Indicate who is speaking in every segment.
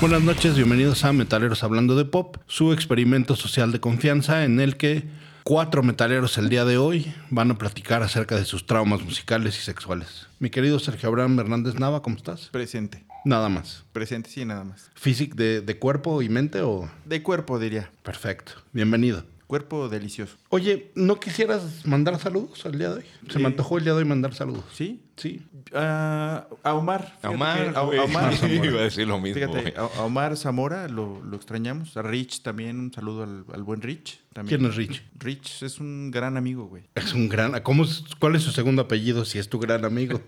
Speaker 1: Buenas noches, bienvenidos a Metaleros Hablando de Pop, su experimento social de confianza en el que cuatro metaleros el día de hoy van a platicar acerca de sus traumas musicales y sexuales. Mi querido Sergio Abraham Hernández Nava, ¿cómo estás?
Speaker 2: Presente.
Speaker 1: Nada más.
Speaker 2: Presente, sí, nada más.
Speaker 1: ¿Físic de, de cuerpo y mente o...?
Speaker 2: De cuerpo, diría.
Speaker 1: Perfecto, bienvenido.
Speaker 2: Cuerpo delicioso.
Speaker 1: Oye, ¿no quisieras mandar saludos al día de hoy? Se me
Speaker 2: Eh.
Speaker 1: antojó el día de hoy mandar saludos.
Speaker 2: ¿Sí?
Speaker 1: Sí.
Speaker 2: Ah, a Omar. fíjate
Speaker 3: A Omar,
Speaker 2: que- a- a
Speaker 3: güey.
Speaker 2: Eh, Omar Zamora.
Speaker 3: Iba a decir lo mismo. güey.
Speaker 2: Fíjate, a, a Omar Zamora lo, lo extrañamos. A Rich también, un saludo al, al buen Rich. También.
Speaker 1: ¿Quién es Rich?
Speaker 2: Rich es un gran amigo, güey.
Speaker 1: Es un gran... ¿cómo es- ¿Cuál es su segundo apellido si es tu gran amigo?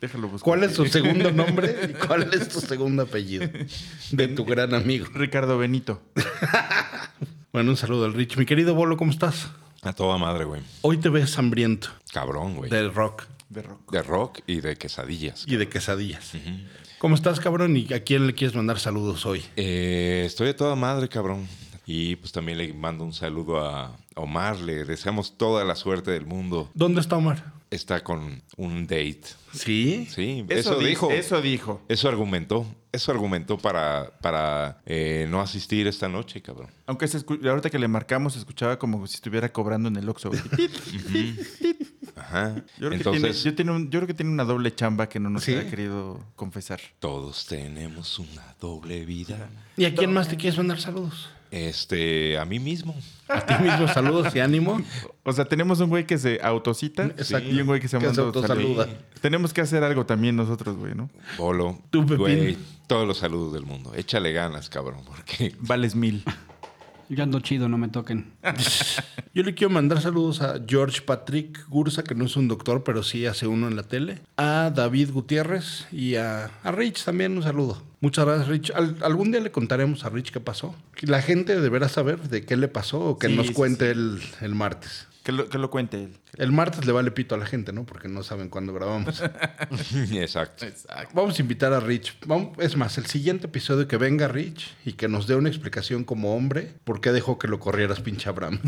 Speaker 2: Déjalo buscar.
Speaker 1: ¿Cuál es su segundo nombre y cuál es tu segundo apellido? De tu gran amigo.
Speaker 2: Ricardo Benito.
Speaker 1: Bueno, un saludo al Rich. Mi querido Bolo, ¿cómo estás?
Speaker 3: A toda madre, güey.
Speaker 1: Hoy te ves hambriento
Speaker 3: Cabrón, güey.
Speaker 1: del rock
Speaker 2: De rock.
Speaker 3: De rock y de quesadillas.
Speaker 1: y de quesadillas. ¿Cómo estás, cabrón? ¿Y a quién le quieres mandar saludos hoy?
Speaker 3: Eh, estoy a toda madre, cabrón. Y pues también le mando un saludo a Omar. Le deseamos toda la suerte del mundo.
Speaker 1: ¿Dónde está Omar?
Speaker 3: Está con un date.
Speaker 1: ¿Sí?
Speaker 3: Sí,
Speaker 2: Eso,
Speaker 3: eso,
Speaker 2: di-
Speaker 3: dijo. Eso.
Speaker 2: Eso dijo.
Speaker 3: argumentó. Eso argumentó para, para eh, no asistir esta noche, cabrón.
Speaker 2: Aunque se escu- ahorita que le marcamos, se escuchaba como si estuviera cobrando en el Oxxo. güey.
Speaker 3: Ajá.
Speaker 2: Yo creo, que tiene,
Speaker 3: Entonces,
Speaker 2: yo, tiene un- yo creo que tiene una doble chamba que no nos
Speaker 1: ¿Sí?
Speaker 2: ha querido confesar.
Speaker 3: todos tenemos una doble vida.
Speaker 1: ¿Y a quién más te quieres mandar saludos?
Speaker 3: Este, a mí mismo.
Speaker 1: A ti mismo saludos y ánimo.
Speaker 2: O sea, tenemos un güey que se autocita
Speaker 1: Mm, Exacto.
Speaker 2: y un güey que se
Speaker 1: Que se
Speaker 2: manda
Speaker 1: autosaluda.
Speaker 2: saludos. Tenemos que hacer algo también nosotros, güey, ¿no?
Speaker 3: Bolo,
Speaker 1: Tú, Pepín.
Speaker 3: güey, todos los saludos del mundo. Échale ganas, cabrón, porque
Speaker 2: Vales mil.
Speaker 4: Yo ando chido, no me toquen.
Speaker 1: Yo le quiero mandar saludos a George Patrick Gursa, que no es un doctor, pero sí hace uno en la tele. A David Gutiérrez y a, a Rich también un saludo. Muchas gracias, Rich. Al- algún día le contaremos a Rich qué pasó. La gente deberá saber de qué le pasó o que
Speaker 2: Sí,
Speaker 1: nos
Speaker 2: sí,
Speaker 1: cuente El, el martes.
Speaker 2: Que lo, que lo cuente él.
Speaker 1: El martes le vale pito a la gente, ¿no? Porque no saben cuándo grabamos.
Speaker 3: Exacto.
Speaker 1: Vamos a invitar a Rich. Vamos- es más, el siguiente episodio que venga Rich y que nos dé una explicación como hombre por qué dejó que lo corrieras, pinche Abraham.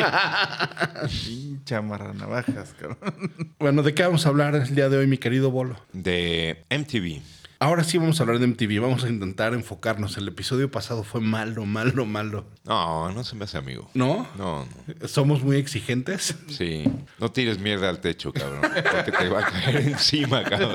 Speaker 1: Ah,
Speaker 2: Pincha marranavajas, cabrón.
Speaker 1: bueno, ¿de qué vamos a hablar el día de hoy, mi querido Bolo?
Speaker 3: De MTV.
Speaker 1: Ahora sí vamos a hablar de MTV, vamos a intentar enfocarnos. El episodio pasado fue malo, malo, malo.
Speaker 3: No, no se me hace amigo.
Speaker 1: ¿No?
Speaker 3: No, no.
Speaker 1: Somos muy exigentes.
Speaker 3: Sí. No tires mierda al techo, cabrón. Porque te va a caer encima, cabrón.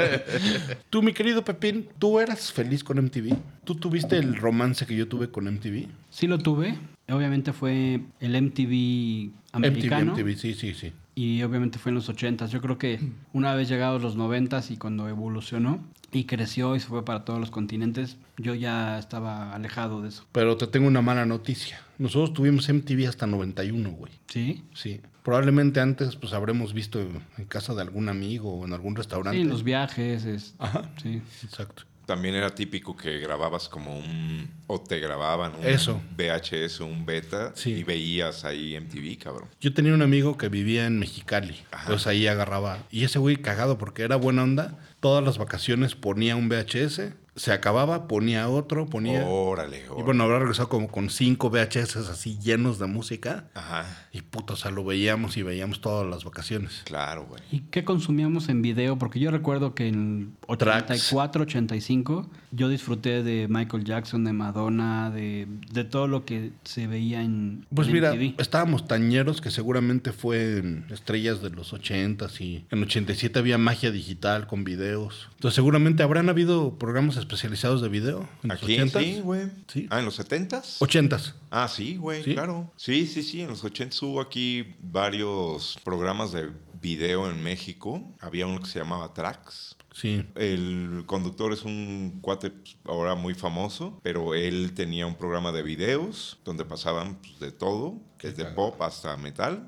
Speaker 1: Tú, mi querido Pepín, ¿tú eras feliz con MTV? ¿Tú tuviste el romance que yo tuve con MTV?
Speaker 4: Sí lo tuve. Obviamente fue el MTV americano.
Speaker 1: MTV, MTV, sí, sí, sí.
Speaker 4: Y obviamente fue en los 80s. Yo creo que una vez llegados los 90s y cuando evolucionó y creció y se fue para todos los continentes, yo ya estaba alejado de eso.
Speaker 1: Pero te tengo una mala noticia. Nosotros tuvimos MTV hasta 91, güey.
Speaker 4: ¿Sí?
Speaker 1: Sí. Probablemente antes, pues habremos visto en casa de algún amigo o en algún restaurante.
Speaker 4: Sí, los viajes. es-
Speaker 1: Ah.
Speaker 4: Sí.
Speaker 1: Exacto.
Speaker 3: También era típico que grababas como un. O te grababan un
Speaker 1: Eso.
Speaker 3: VHS, un beta.
Speaker 1: Sí.
Speaker 3: Y veías ahí MTV, cabrón.
Speaker 1: Yo tenía un amigo que vivía en Mexicali. Entonces ahí agarraba. Y ese güey cagado porque era buena onda. Todas las vacaciones ponía un VHS, se acababa, ponía otro, ponía.
Speaker 3: Órale,
Speaker 1: Y
Speaker 3: órale.
Speaker 1: bueno, habrá regresado como con cinco VHS así llenos de música.
Speaker 3: Ajá.
Speaker 1: Y puta, o sea, lo veíamos y veíamos todas las vacaciones.
Speaker 3: Claro, güey.
Speaker 4: ¿Y qué consumíamos en video? Porque yo recuerdo que en
Speaker 1: Tracks.
Speaker 4: 84, 85, yo disfruté de Michael Jackson, de Madonna, de, de todo lo que se veía en,
Speaker 1: Pues
Speaker 4: en
Speaker 1: mira,
Speaker 4: MTV.
Speaker 1: estábamos tañeros que seguramente fue en estrellas de los 80 y en 87 había magia digital con videos. Entonces seguramente habrán habido programas especializados de video en
Speaker 3: Aquí
Speaker 1: los 80s.
Speaker 3: sí, güey.
Speaker 1: Sí.
Speaker 3: Ah, en los 70s.
Speaker 1: 80s.
Speaker 3: Ah, sí, güey,
Speaker 1: ¿Sí?
Speaker 3: claro. Sí, sí, sí. En los 80 hubo aquí varios programas de video en México. Había uno que se llamaba Tracks.
Speaker 1: Sí.
Speaker 3: El conductor es un cuate pues, ahora muy famoso, pero él tenía un programa de videos donde pasaban pues, de todo, desde pop hasta metal.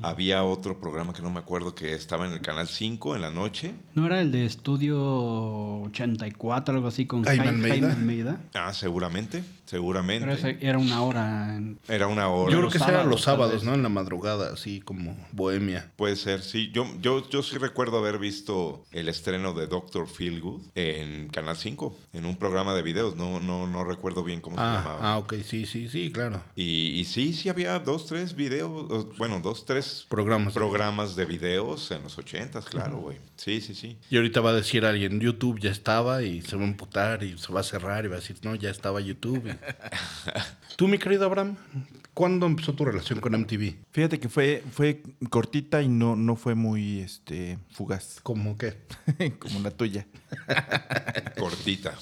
Speaker 3: Había otro programa que no me acuerdo que estaba en el Canal 5 en la noche.
Speaker 4: ¿No era el de Estudio 84, algo así, con
Speaker 1: Jaime
Speaker 4: Jai-
Speaker 1: Almeida?
Speaker 4: Almeida?
Speaker 3: Ah, seguramente,
Speaker 4: Pero
Speaker 3: seguramente.
Speaker 4: ese era una hora. en-
Speaker 3: Era una
Speaker 1: Yo
Speaker 3: hora.
Speaker 1: creo
Speaker 4: los
Speaker 1: que ese era
Speaker 4: sábados,
Speaker 1: los
Speaker 4: tal
Speaker 1: sábados,
Speaker 4: vez.
Speaker 1: ¿no? En la madrugada, así como bohemia.
Speaker 3: Puede ser, sí. Yo, yo, yo sí recuerdo haber visto el estreno de Doctor Feelgood en Canal 5, en un programa de videos. No, no, no recuerdo bien cómo se
Speaker 1: Ah,
Speaker 3: llamaba.
Speaker 1: ah, ok, sí, sí, sí, claro.
Speaker 3: Y, y sí, sí había dos, tres videos, o- bueno, dos, tres
Speaker 1: Programas.
Speaker 3: programas de videos en los ochentas, claro, güey. Sí, sí, sí.
Speaker 1: Y ahorita va a decir alguien, YouTube ya estaba y se va a emputar y se va a cerrar y va a decir, no, ya estaba YouTube. Tú, mi querido Abraham, ¿cuándo empezó tu relación con MTV?
Speaker 2: Fíjate que fue, fue cortita y no, no fue muy este, fugaz,
Speaker 1: ¿Cómo qué?
Speaker 2: como la tuya.
Speaker 3: Cortita.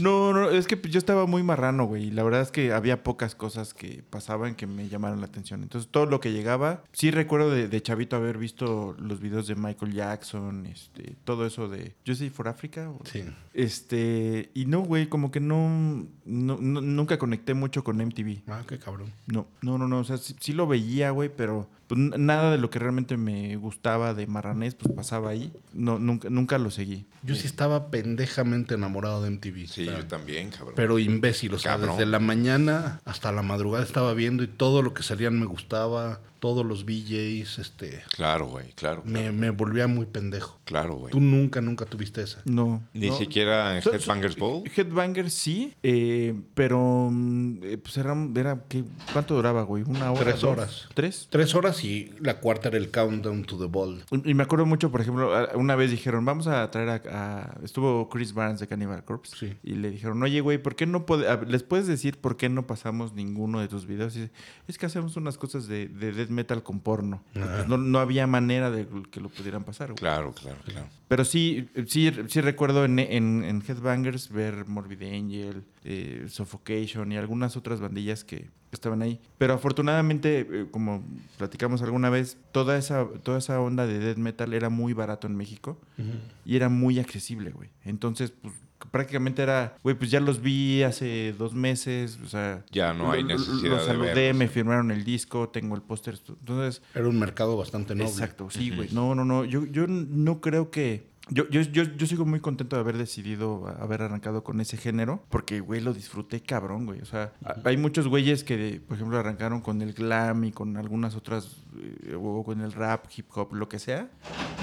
Speaker 2: No, no, es que yo estaba muy marrano, güey. Y la verdad es que había pocas cosas que pasaban que me llamaron la atención. Entonces, todo lo que llegaba, sí recuerdo de, de chavito haber visto los videos de Michael Jackson, este, todo eso de Juicy for Africa. o-
Speaker 1: Sí.
Speaker 2: Este, y no, güey, como que no, no- no- nunca conecté mucho con MTV.
Speaker 1: Ah, qué cabrón.
Speaker 2: No, no, no, no, o sea, sí, sí lo veía, güey, pero pues, n- nada de lo que realmente me gustaba de Marranés, pues pasaba ahí. No, nunca, nunca lo seguí.
Speaker 1: Yo sí estaba pendejamente enamorado de MTV.
Speaker 3: Sí,
Speaker 1: Pero-
Speaker 3: yo también, cabrón.
Speaker 1: Pero imbécil, o sea,
Speaker 3: Cabrón.
Speaker 1: desde la mañana hasta la madrugada estaba viendo y todo lo que salían me gustaba, todos los VJs, este,
Speaker 3: claro, güey, claro.
Speaker 1: me, me volvía muy pendejo.
Speaker 3: Claro, güey.
Speaker 1: Tú nunca, nunca tuviste esa.
Speaker 2: No.
Speaker 3: Ni
Speaker 2: no.
Speaker 3: siquiera en
Speaker 2: So- so-
Speaker 3: Headbangers Ball.
Speaker 2: Headbanger sí, eh, pero mm, eh, pues era, era ¿qué? ¿cuánto duraba, güey? Una hora.
Speaker 1: Tres
Speaker 2: dos?
Speaker 1: horas.
Speaker 2: ¿Tres?
Speaker 1: Tres horas y la cuarta era el countdown to the ball.
Speaker 2: Y y me acuerdo mucho, por ejemplo, a- una vez dijeron, vamos a traer a... a- Estuvo Chris Barnes de Cannibal Corpse.
Speaker 1: Sí.
Speaker 2: Y le dijeron, oye, güey, ¿por qué no pode- a- ¿Les puedes decir por qué no pasamos ninguno de tus videos? Y dice, es que hacemos unas cosas de, de death metal con porno. Pues no, no había manera de que lo pudieran pasar, güey.
Speaker 3: Claro, claro, claro.
Speaker 2: Pero sí, sí, sí recuerdo en, en, en Headbangers ver Morbid Angel, eh, Suffocation y algunas otras bandillas que estaban ahí. Pero afortunadamente, eh, como platicamos alguna vez, toda esa, toda esa onda de death metal era muy barato en México y era muy accesible, güey. Entonces, pues prácticamente era, güey, pues ya los vi hace dos meses, o sea...
Speaker 3: Ya no hay
Speaker 2: lo- lo-
Speaker 3: necesidad
Speaker 2: Los
Speaker 3: de
Speaker 2: saludé,
Speaker 3: verlos. eh.
Speaker 2: me firmaron el disco, tengo el póster. Entonces,
Speaker 1: Era un mercado bastante noble.
Speaker 2: Exacto, sí, güey. No, no, no. Yo, yo no creo que. Yo, yo, yo, yo sigo muy contento de haber decidido a- haber arrancado con ese género, porque, güey, lo disfruté cabrón, güey. O sea, a- hay muchos güeyes que, por ejemplo, arrancaron con el glam y con algunas otras, eh, o con el rap, hip hop, lo que sea,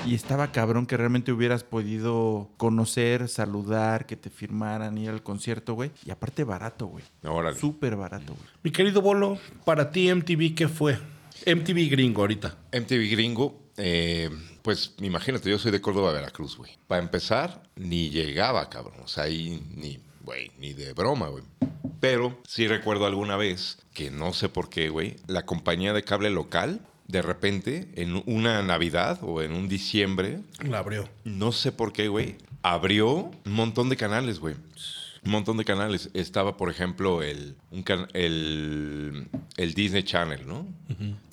Speaker 2: y estaba cabrón que realmente hubieras podido conocer, saludar, que te firmaran, ir al concierto, güey. Y aparte, barato, güey.
Speaker 3: Órale.
Speaker 2: Súper barato, güey.
Speaker 1: Mi querido Bolo, para ti MTV, ¿qué fue? MTV gringo ahorita.
Speaker 3: MTV Gringo, eh, pues imagínate, yo soy de Córdoba, Veracruz, güey. Para empezar, ni llegaba, cabrón. O sea, ahí ni, güey, ni de broma, güey. Pero sí recuerdo alguna vez que no sé por qué, güey, la compañía de cable local, de repente, en una Navidad o en un diciembre,
Speaker 1: La abrió.
Speaker 3: no sé por qué, güey. Abrió un montón de canales, güey. Un montón de canales. Estaba, por ejemplo, el, un can- el, el Disney Channel, ¿no?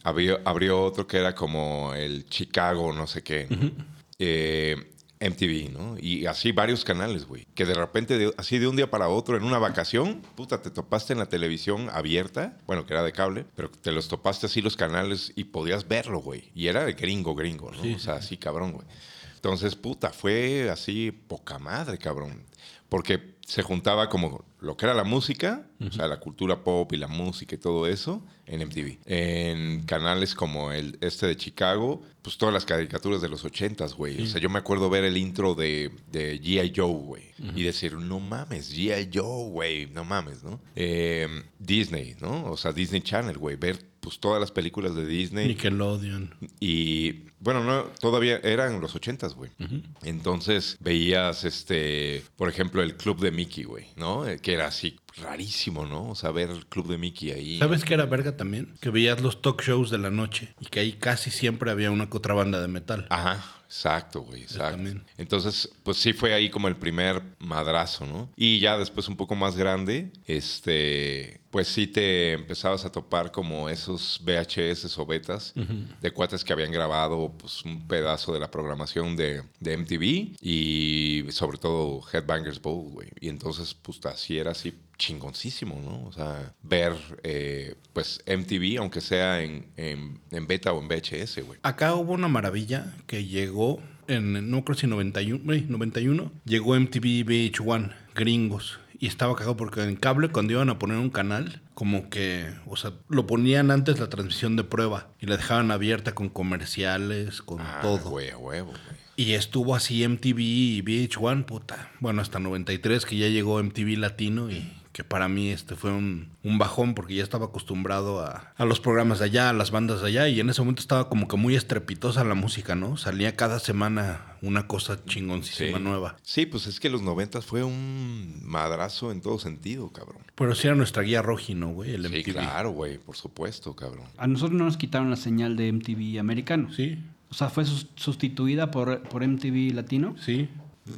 Speaker 3: abrió, abrió otro que era como el Chicago, no sé qué. ¿no? Eh, MTV, ¿no? Y así varios canales, güey. Que de repente, de- así de un día para otro, en una vacación, puta, te topaste en la televisión abierta, bueno, que era de cable, pero te los topaste así los canales y podías verlo, güey. Y era de gringo, gringo, ¿no? o sea, así cabrón, güey. Entonces, puta, fue así poca madre, cabrón. Porque se juntaba como lo que era la música, o sea, la cultura pop y la música y todo eso, en MTV. En canales como el este de Chicago, pues todas las caricaturas de los ochentas, güey. O sea, yo me acuerdo ver el intro de, de G.I. Joe, güey. Y decir, no mames, G.I. Joe, güey, no mames, ¿no? Eh, Disney, ¿no? O sea, Disney Channel, güey. Ver pues todas las películas de Disney.
Speaker 1: Nickelodeon.
Speaker 3: Y bueno, no, todavía eran los ochentas, güey. Entonces veías, este, por ejemplo, el Club de Mickey, güey, ¿no? Eh, Que era así rarísimo, ¿no? O sea, ver el Club de Mickey ahí.
Speaker 1: ¿Sabes qué era verga también? Que veías los talk shows de la noche y que ahí casi siempre había una que otra banda de metal.
Speaker 3: Ajá, exacto, güey, exacto.
Speaker 1: también.
Speaker 3: Entonces, pues sí fue ahí como el primer madrazo, ¿no? Y ya después un poco más grande, este, pues sí te empezabas a topar como esos VHS o betas de cuates que habían grabado pues un pedazo de la programación de, de MTV y sobre todo Headbangers Bowl, güey. Y entonces, pues así era así chingoncísimo, ¿no? O sea, ver eh, pues MTV, aunque sea en, en- en beta o en VHS, güey.
Speaker 1: Acá hubo una maravilla que llegó en, no creo si 91, eh, 91 llegó MTV VH1, gringos. Y estaba cagado porque en cable cuando iban a poner un canal, como que, o sea, lo ponían antes la transmisión de prueba y la dejaban abierta con comerciales, con
Speaker 3: Ah,
Speaker 1: todo.
Speaker 3: güey, a huevo, güey.
Speaker 1: Y estuvo así MTV y VH1, puta. Bueno, hasta 93 que ya llegó MTV Latino y que para mí este fue un, un bajón porque ya estaba acostumbrado a, a los programas de allá, a las bandas de allá y en ese momento estaba como que muy estrepitosa la música, ¿no? Salía cada semana una cosa chingoncísima nueva.
Speaker 3: Sí, pues es que los 90 fue un madrazo en todo sentido, cabrón.
Speaker 1: Pero sí era nuestra guía rojino, güey, el
Speaker 3: Sí,
Speaker 1: MTV.
Speaker 3: claro, güey, por supuesto, cabrón.
Speaker 4: A nosotros no nos quitaron la señal de MTV americano.
Speaker 1: Sí,
Speaker 4: O sea, fue sus- sustituida por, por MTV latino.
Speaker 1: sí.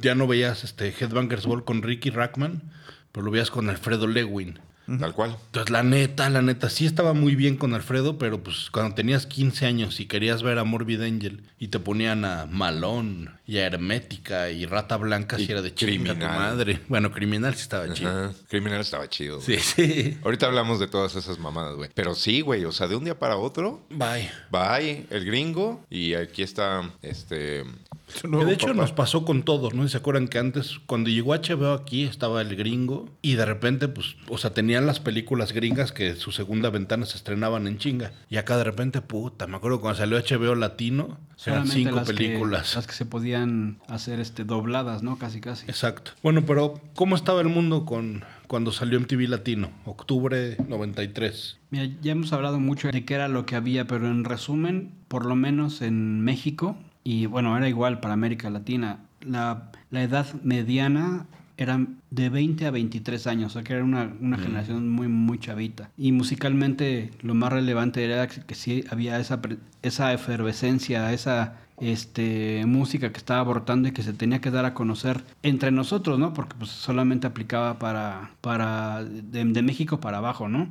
Speaker 1: Ya no veías este Headbangers Ball con Ricky Rackman, pero lo veías con Alfredo Lewin.
Speaker 3: Tal cual.
Speaker 1: Entonces, la neta, la neta, sí estaba muy bien con Alfredo, pero pues cuando tenías 15 años y querías ver a Morbid Angel y te ponían a Malón y a Hermética y Rata Blanca,
Speaker 3: Y
Speaker 1: si era de chinga tu
Speaker 3: Criminal.
Speaker 1: madre. Bueno, criminal sí estaba chido.
Speaker 3: Ajá. Criminal estaba chido. güey.
Speaker 1: Sí, sí.
Speaker 3: Ahorita hablamos de todas esas mamadas, güey. Pero sí, güey, o sea, de un día para otro,
Speaker 1: Bye.
Speaker 3: bye, el gringo, y aquí está, este,
Speaker 2: Su
Speaker 1: Que
Speaker 2: nuevo
Speaker 1: de hecho
Speaker 2: papá.
Speaker 1: nos pasó con todos, ¿no? ¿Se acuerdan que antes, cuando llegó HBO aquí, estaba el gringo y de repente, pues, o sea, tenían las películas gringas que su segunda ventana se estrenaban en chinga. Y acá de repente, puta, me acuerdo cuando salió HBO latino, eran
Speaker 4: Solamente
Speaker 1: cinco
Speaker 4: las que-
Speaker 1: películas.
Speaker 4: las que se podían hacer este dobladas, ¿no? Casi, casi.
Speaker 1: Exacto. Bueno, pero ¿cómo estaba el mundo con cuando salió MTV Latino? Octubre 93.
Speaker 4: Mira, ya hemos hablado mucho de qué era lo que había, pero en resumen, por lo menos en México, y bueno, era igual para América Latina, la, la edad mediana era de 20 a 23 años, o sea que era una, una generación muy, muy chavita. Y musicalmente lo más relevante era que que sí había esa, pre- esa efervescencia, esa este, música que estaba abortando y que se tenía que dar a conocer entre nosotros, ¿no? Porque pues, solamente aplicaba para, para de, de México para abajo, ¿no?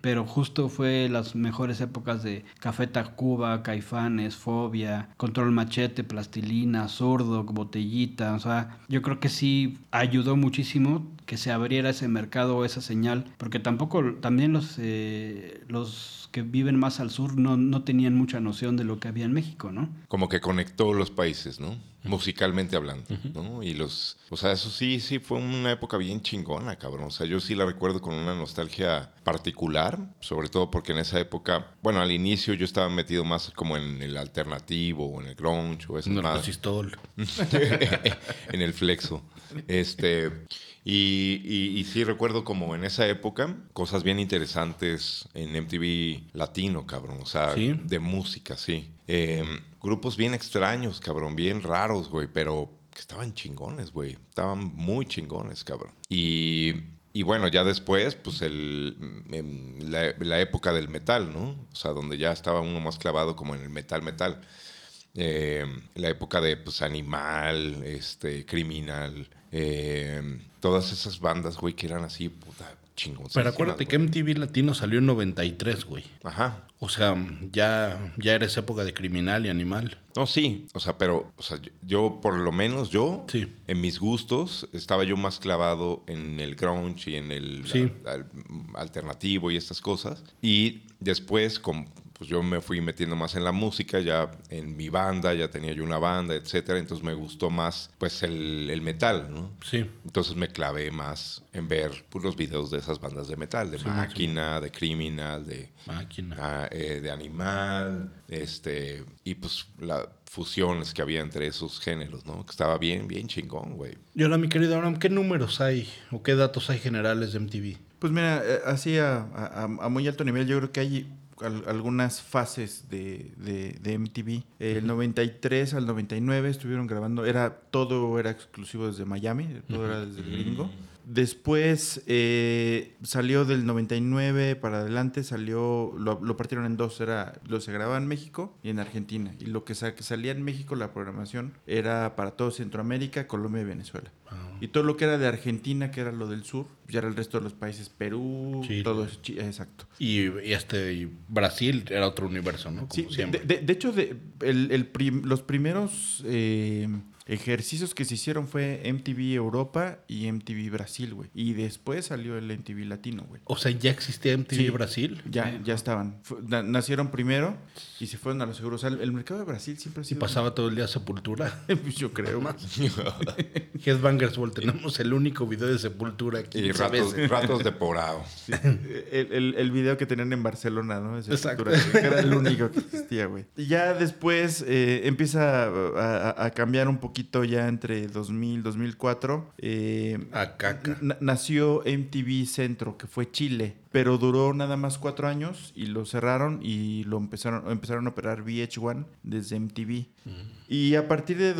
Speaker 4: Pero justo fue las mejores épocas de Café Tacuba, Caifanes, Fobia, Control Machete, Plastilina, Zurdo, Botellita. O sea, yo creo que sí ayudó muchísimo que se abriera ese mercado o esa señal, porque tampoco también los, eh, los que viven más al sur no, no tenían mucha noción de lo que había en México, ¿no?
Speaker 3: como que conectó los países, ¿no? Musicalmente hablando, ¿no? Y los, o sea, eso sí, sí fue una época bien chingona, cabrón. O sea, yo sí la recuerdo con una nostalgia particular, sobre todo porque en esa época, bueno, al inicio yo estaba metido más como en el alternativo o en el grunge o esas
Speaker 1: Pues,
Speaker 3: madres.
Speaker 1: Narcosistol.
Speaker 3: en el flexo. Este, y, y- y sí recuerdo como en esa época cosas bien interesantes en MTV Latino, cabrón. O sea,
Speaker 1: Sí.
Speaker 3: de música, sí. Eh, grupos bien extraños, cabrón, bien raros, güey, pero que estaban chingones, güey. Estaban muy chingones, cabrón. Y... y bueno, ya después, pues el, em, la, la época del metal, ¿no? O sea, donde ya estaba uno más clavado como en el metal, metal eh, la época de pues, Animal, este, Criminal, eh, todas esas bandas, güey, que eran así, puta, chingoncísimas.
Speaker 1: Pero acuérdate que
Speaker 3: güey.
Speaker 1: MTV Latino salió en 93, güey.
Speaker 3: Ajá.
Speaker 1: O sea, ya, ya eres época de criminal y animal.
Speaker 3: No, sí. O sea, pero o sea, yo- yo, por lo menos, yo,
Speaker 1: Sí.
Speaker 3: en mis gustos, estaba yo más clavado en el grunge y en el
Speaker 1: Sí.
Speaker 3: al- alternativo y estas cosas. Y después, con, pues yo me fui metiendo más en la música, ya en mi banda, ya tenía yo una banda, etcétera. Entonces me gustó más, pues, el, el metal, ¿no?
Speaker 1: Sí.
Speaker 3: Entonces me clavé más en ver pues, los videos de esas bandas de metal, de máquina, de criminal, de,
Speaker 1: Máquina.
Speaker 3: ah, eh, de animal, este, y pues las fusiones que había entre esos géneros, ¿no? Que estaba bien, bien chingón, güey.
Speaker 1: Y ahora, mi querido Abraham, ¿qué números hay o qué datos hay generales de MTV?
Speaker 2: Pues mira, eh, así a, a- a muy alto nivel, yo creo que hay al- algunas fases de, de- de MTV. El 93 al 99 estuvieron grabando, era todo era exclusivo desde Miami, todo era desde el gringo. Después eh, salió del 99 para adelante, salió, lo, lo partieron en dos, era lo se grababa en México y en Argentina. Y lo que, sa- que salía en México, la programación, era para todo Centroamérica, Colombia y Venezuela.
Speaker 1: Ah,
Speaker 2: Y todo lo que era de Argentina, que era lo del sur, ya era el resto de los países, Perú,
Speaker 1: Chile.
Speaker 2: todo eso, chi- exacto.
Speaker 1: Y, y este y Brasil era otro universo, ¿no? Como
Speaker 2: Sí, de,
Speaker 1: siempre.
Speaker 2: de- de hecho, de- el- el prim- los primeros eh, ejercicios que se hicieron fue MTV Europa y MTV Brasil, güey. Y después salió el MTV Latino, güey.
Speaker 1: O sea, ya existía MTV
Speaker 2: Sí.
Speaker 1: Brasil.
Speaker 2: Ya, ya estaban. Fu- na- nacieron primero y se fueron a los seguros. O sea, el- el mercado de Brasil siempre
Speaker 1: Y
Speaker 2: ha sido... Pues
Speaker 1: pasaba todo el día Sepultura.
Speaker 2: Yo creo.
Speaker 1: Más. Headbangers World. Tenemos el único video de Sepultura aquí.
Speaker 3: Y
Speaker 1: ¿sabes?
Speaker 3: ratos, ratos de porao.
Speaker 2: El, el- el video que tenían en Barcelona, ¿no? Esa
Speaker 1: Exacto.
Speaker 2: cultura, que era el único que existía, güey. Y ya después eh, empieza a, a- a cambiar un poquito ya entre 2000, 2004. eh,
Speaker 1: A caca.
Speaker 2: na- nació MTV Centro, que fue Chile, pero duró nada más cuatro años y lo cerraron y lo empezaron, empezaron a operar VH1 desde MTV. Y a partir de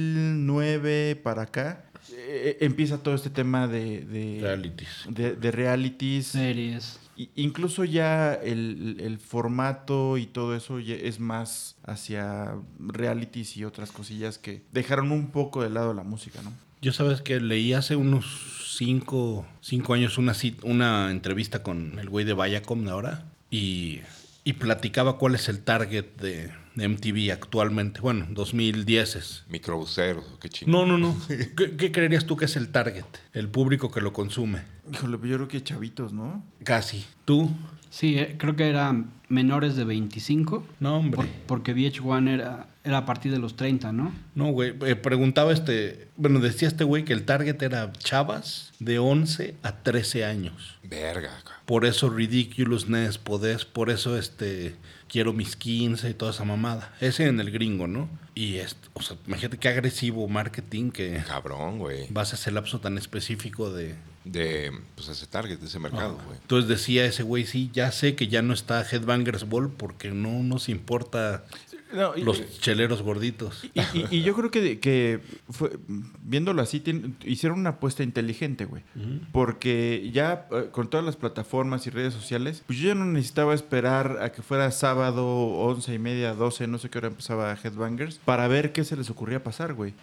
Speaker 2: 2009 para acá... eh, empieza todo este tema de, de-
Speaker 1: Realities.
Speaker 2: de, de realities.
Speaker 4: Series.
Speaker 2: I- Incluso ya el, el formato y todo eso ya es más hacia realities y otras cosillas que dejaron un poco de lado la música, ¿no?
Speaker 1: Yo sabes que leí hace unos cinco, cinco años una, cit- una entrevista con el güey de Viacom de ahora y, y platicaba cuál es el target de, de MTV actualmente. Bueno, 2010 es.
Speaker 3: Microbuseros, qué chingón.
Speaker 1: No, no, no. ¿Qué, qué creerías tú que es el target? El público que lo consume.
Speaker 2: Híjole, pero yo creo que chavitos, ¿no?
Speaker 1: Casi. ¿Tú?
Speaker 4: Sí, eh, creo que eran menores de 25.
Speaker 1: No, hombre.
Speaker 4: por- porque VH1 era, era a partir de los 30, ¿no?
Speaker 1: No, güey. Eh, preguntaba este. Bueno, decía este güey que el target era chavas de 11 a 13 años.
Speaker 3: Verga, cabrón.
Speaker 1: Por eso Ridiculousness, podés, por eso este quiero mis 15 y toda esa mamada. Ese en el gringo, ¿no? Y es, o sea, imagínate qué agresivo marketing que
Speaker 3: Cabrón, güey.
Speaker 1: vas a ese lapso tan específico de
Speaker 3: De pues, ese target, de ese mercado, güey.
Speaker 1: Entonces decía ese güey, sí, ya sé que ya no está Headbangers Ball porque no nos importa
Speaker 2: No, y-
Speaker 1: los cheleros gorditos.
Speaker 2: Y, y- y yo creo que, que fue- viéndolo así, tien- hicieron una apuesta inteligente, güey. Porque ya eh, con todas las plataformas y redes sociales, pues yo ya no necesitaba esperar a que fuera sábado, once y media, doce, no sé qué hora empezaba Headbangers, para ver qué se les ocurría pasar, güey.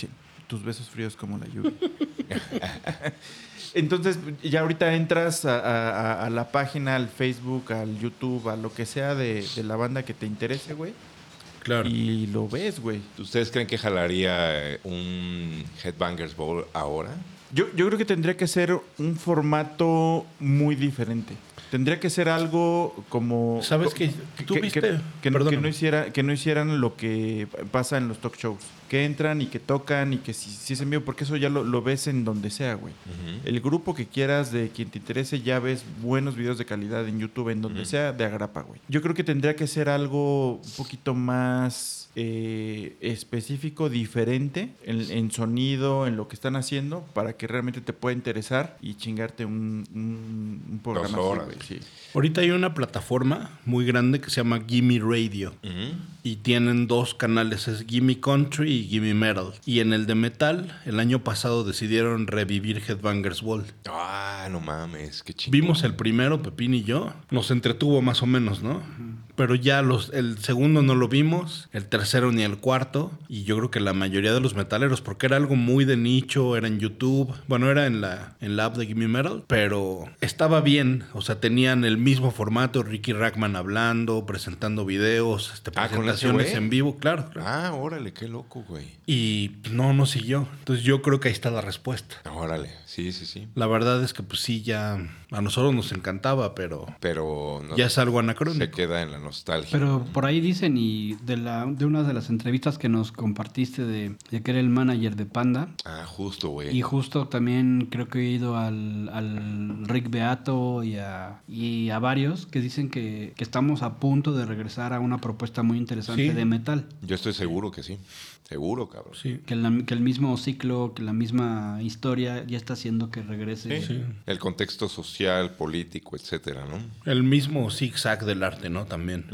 Speaker 2: Sí, tus besos fríos como la lluvia. Entonces, ya ahorita entras a, a- a- a la página, al Facebook, al YouTube, a lo que sea de, de la banda que te interese, güey.
Speaker 1: Claro.
Speaker 2: Y lo ves, güey.
Speaker 3: ¿Ustedes creen que jalaría eh, un Headbangers Bowl ahora?
Speaker 2: Yo, yo creo que tendría que ser un formato muy diferente. Tendría que ser algo como.
Speaker 1: ¿Sabes
Speaker 2: co-
Speaker 1: qué? ¿Tú viste?
Speaker 2: Que, que no- que
Speaker 1: Perdóname.
Speaker 2: no hiciera, que no hicieran lo que pasa en los talk shows. Que entran y que tocan y que si, si es en vivo, porque eso ya lo, lo ves en donde sea, güey.
Speaker 3: Ujú.
Speaker 2: El grupo que quieras, de quien te interese, ya ves buenos videos de calidad en YouTube, en donde
Speaker 3: Ujú.
Speaker 2: sea, de agrapa, güey. Yo creo que tendría que ser algo un poquito más eh, específico, diferente, en, en sonido, en lo que están haciendo, para que realmente te pueda interesar y chingarte un, un, un programa. así,
Speaker 3: horas.
Speaker 2: güey, sí.
Speaker 1: Ahorita hay una plataforma muy grande que se llama Gimme Radio.
Speaker 3: Ujú.
Speaker 1: Y tienen dos canales, es Gimme Country y Gimme Metal. Y en el de Metal, el año pasado decidieron revivir Headbangers Ball.
Speaker 3: Ah, no mames, qué chingón.
Speaker 1: Vimos el primero, Pepín y yo. Nos entretuvo más o menos, ¿no? Pero ya los, el segundo no lo vimos, el tercero ni el cuarto. Y yo creo que la mayoría de los metaleros, porque era algo muy de nicho, era en YouTube. Bueno, era en la, en la app de Gimme Metal, pero estaba bien. O sea, tenían el mismo formato, Ricky Rackman hablando, presentando videos, este,
Speaker 3: Ah, ¿con ese
Speaker 1: presentaciones
Speaker 3: güey?
Speaker 1: en vivo, claro. claro.
Speaker 3: Ah, órale, qué loco, güey.
Speaker 1: Y pues, no, no siguió. Entonces yo creo que ahí está la respuesta.
Speaker 3: Órale, sí, sí, sí.
Speaker 1: La verdad es que pues sí, ya a nosotros nos encantaba, pero
Speaker 3: Pero no
Speaker 1: ya es algo
Speaker 3: se
Speaker 1: anacrónico.
Speaker 3: queda en la nostalgia.
Speaker 4: Pero por ahí dicen, y de, la, de una de las entrevistas que nos compartiste de, de que era el manager de Panda,
Speaker 3: Ah, justo, güey.
Speaker 4: y justo también creo que he ido al, al Rick Beato y a, y a varios que dicen que, que estamos a punto de regresar a una propuesta muy interesante
Speaker 1: Sí.
Speaker 4: de metal.
Speaker 3: Yo estoy seguro que sí. Seguro, cabrón.
Speaker 1: Sí.
Speaker 4: Que, la- que el mismo ciclo, que la misma historia ya está haciendo que regrese.
Speaker 3: El contexto social, político, etcétera, ¿no?
Speaker 1: El mismo zigzag del arte, ¿no? También.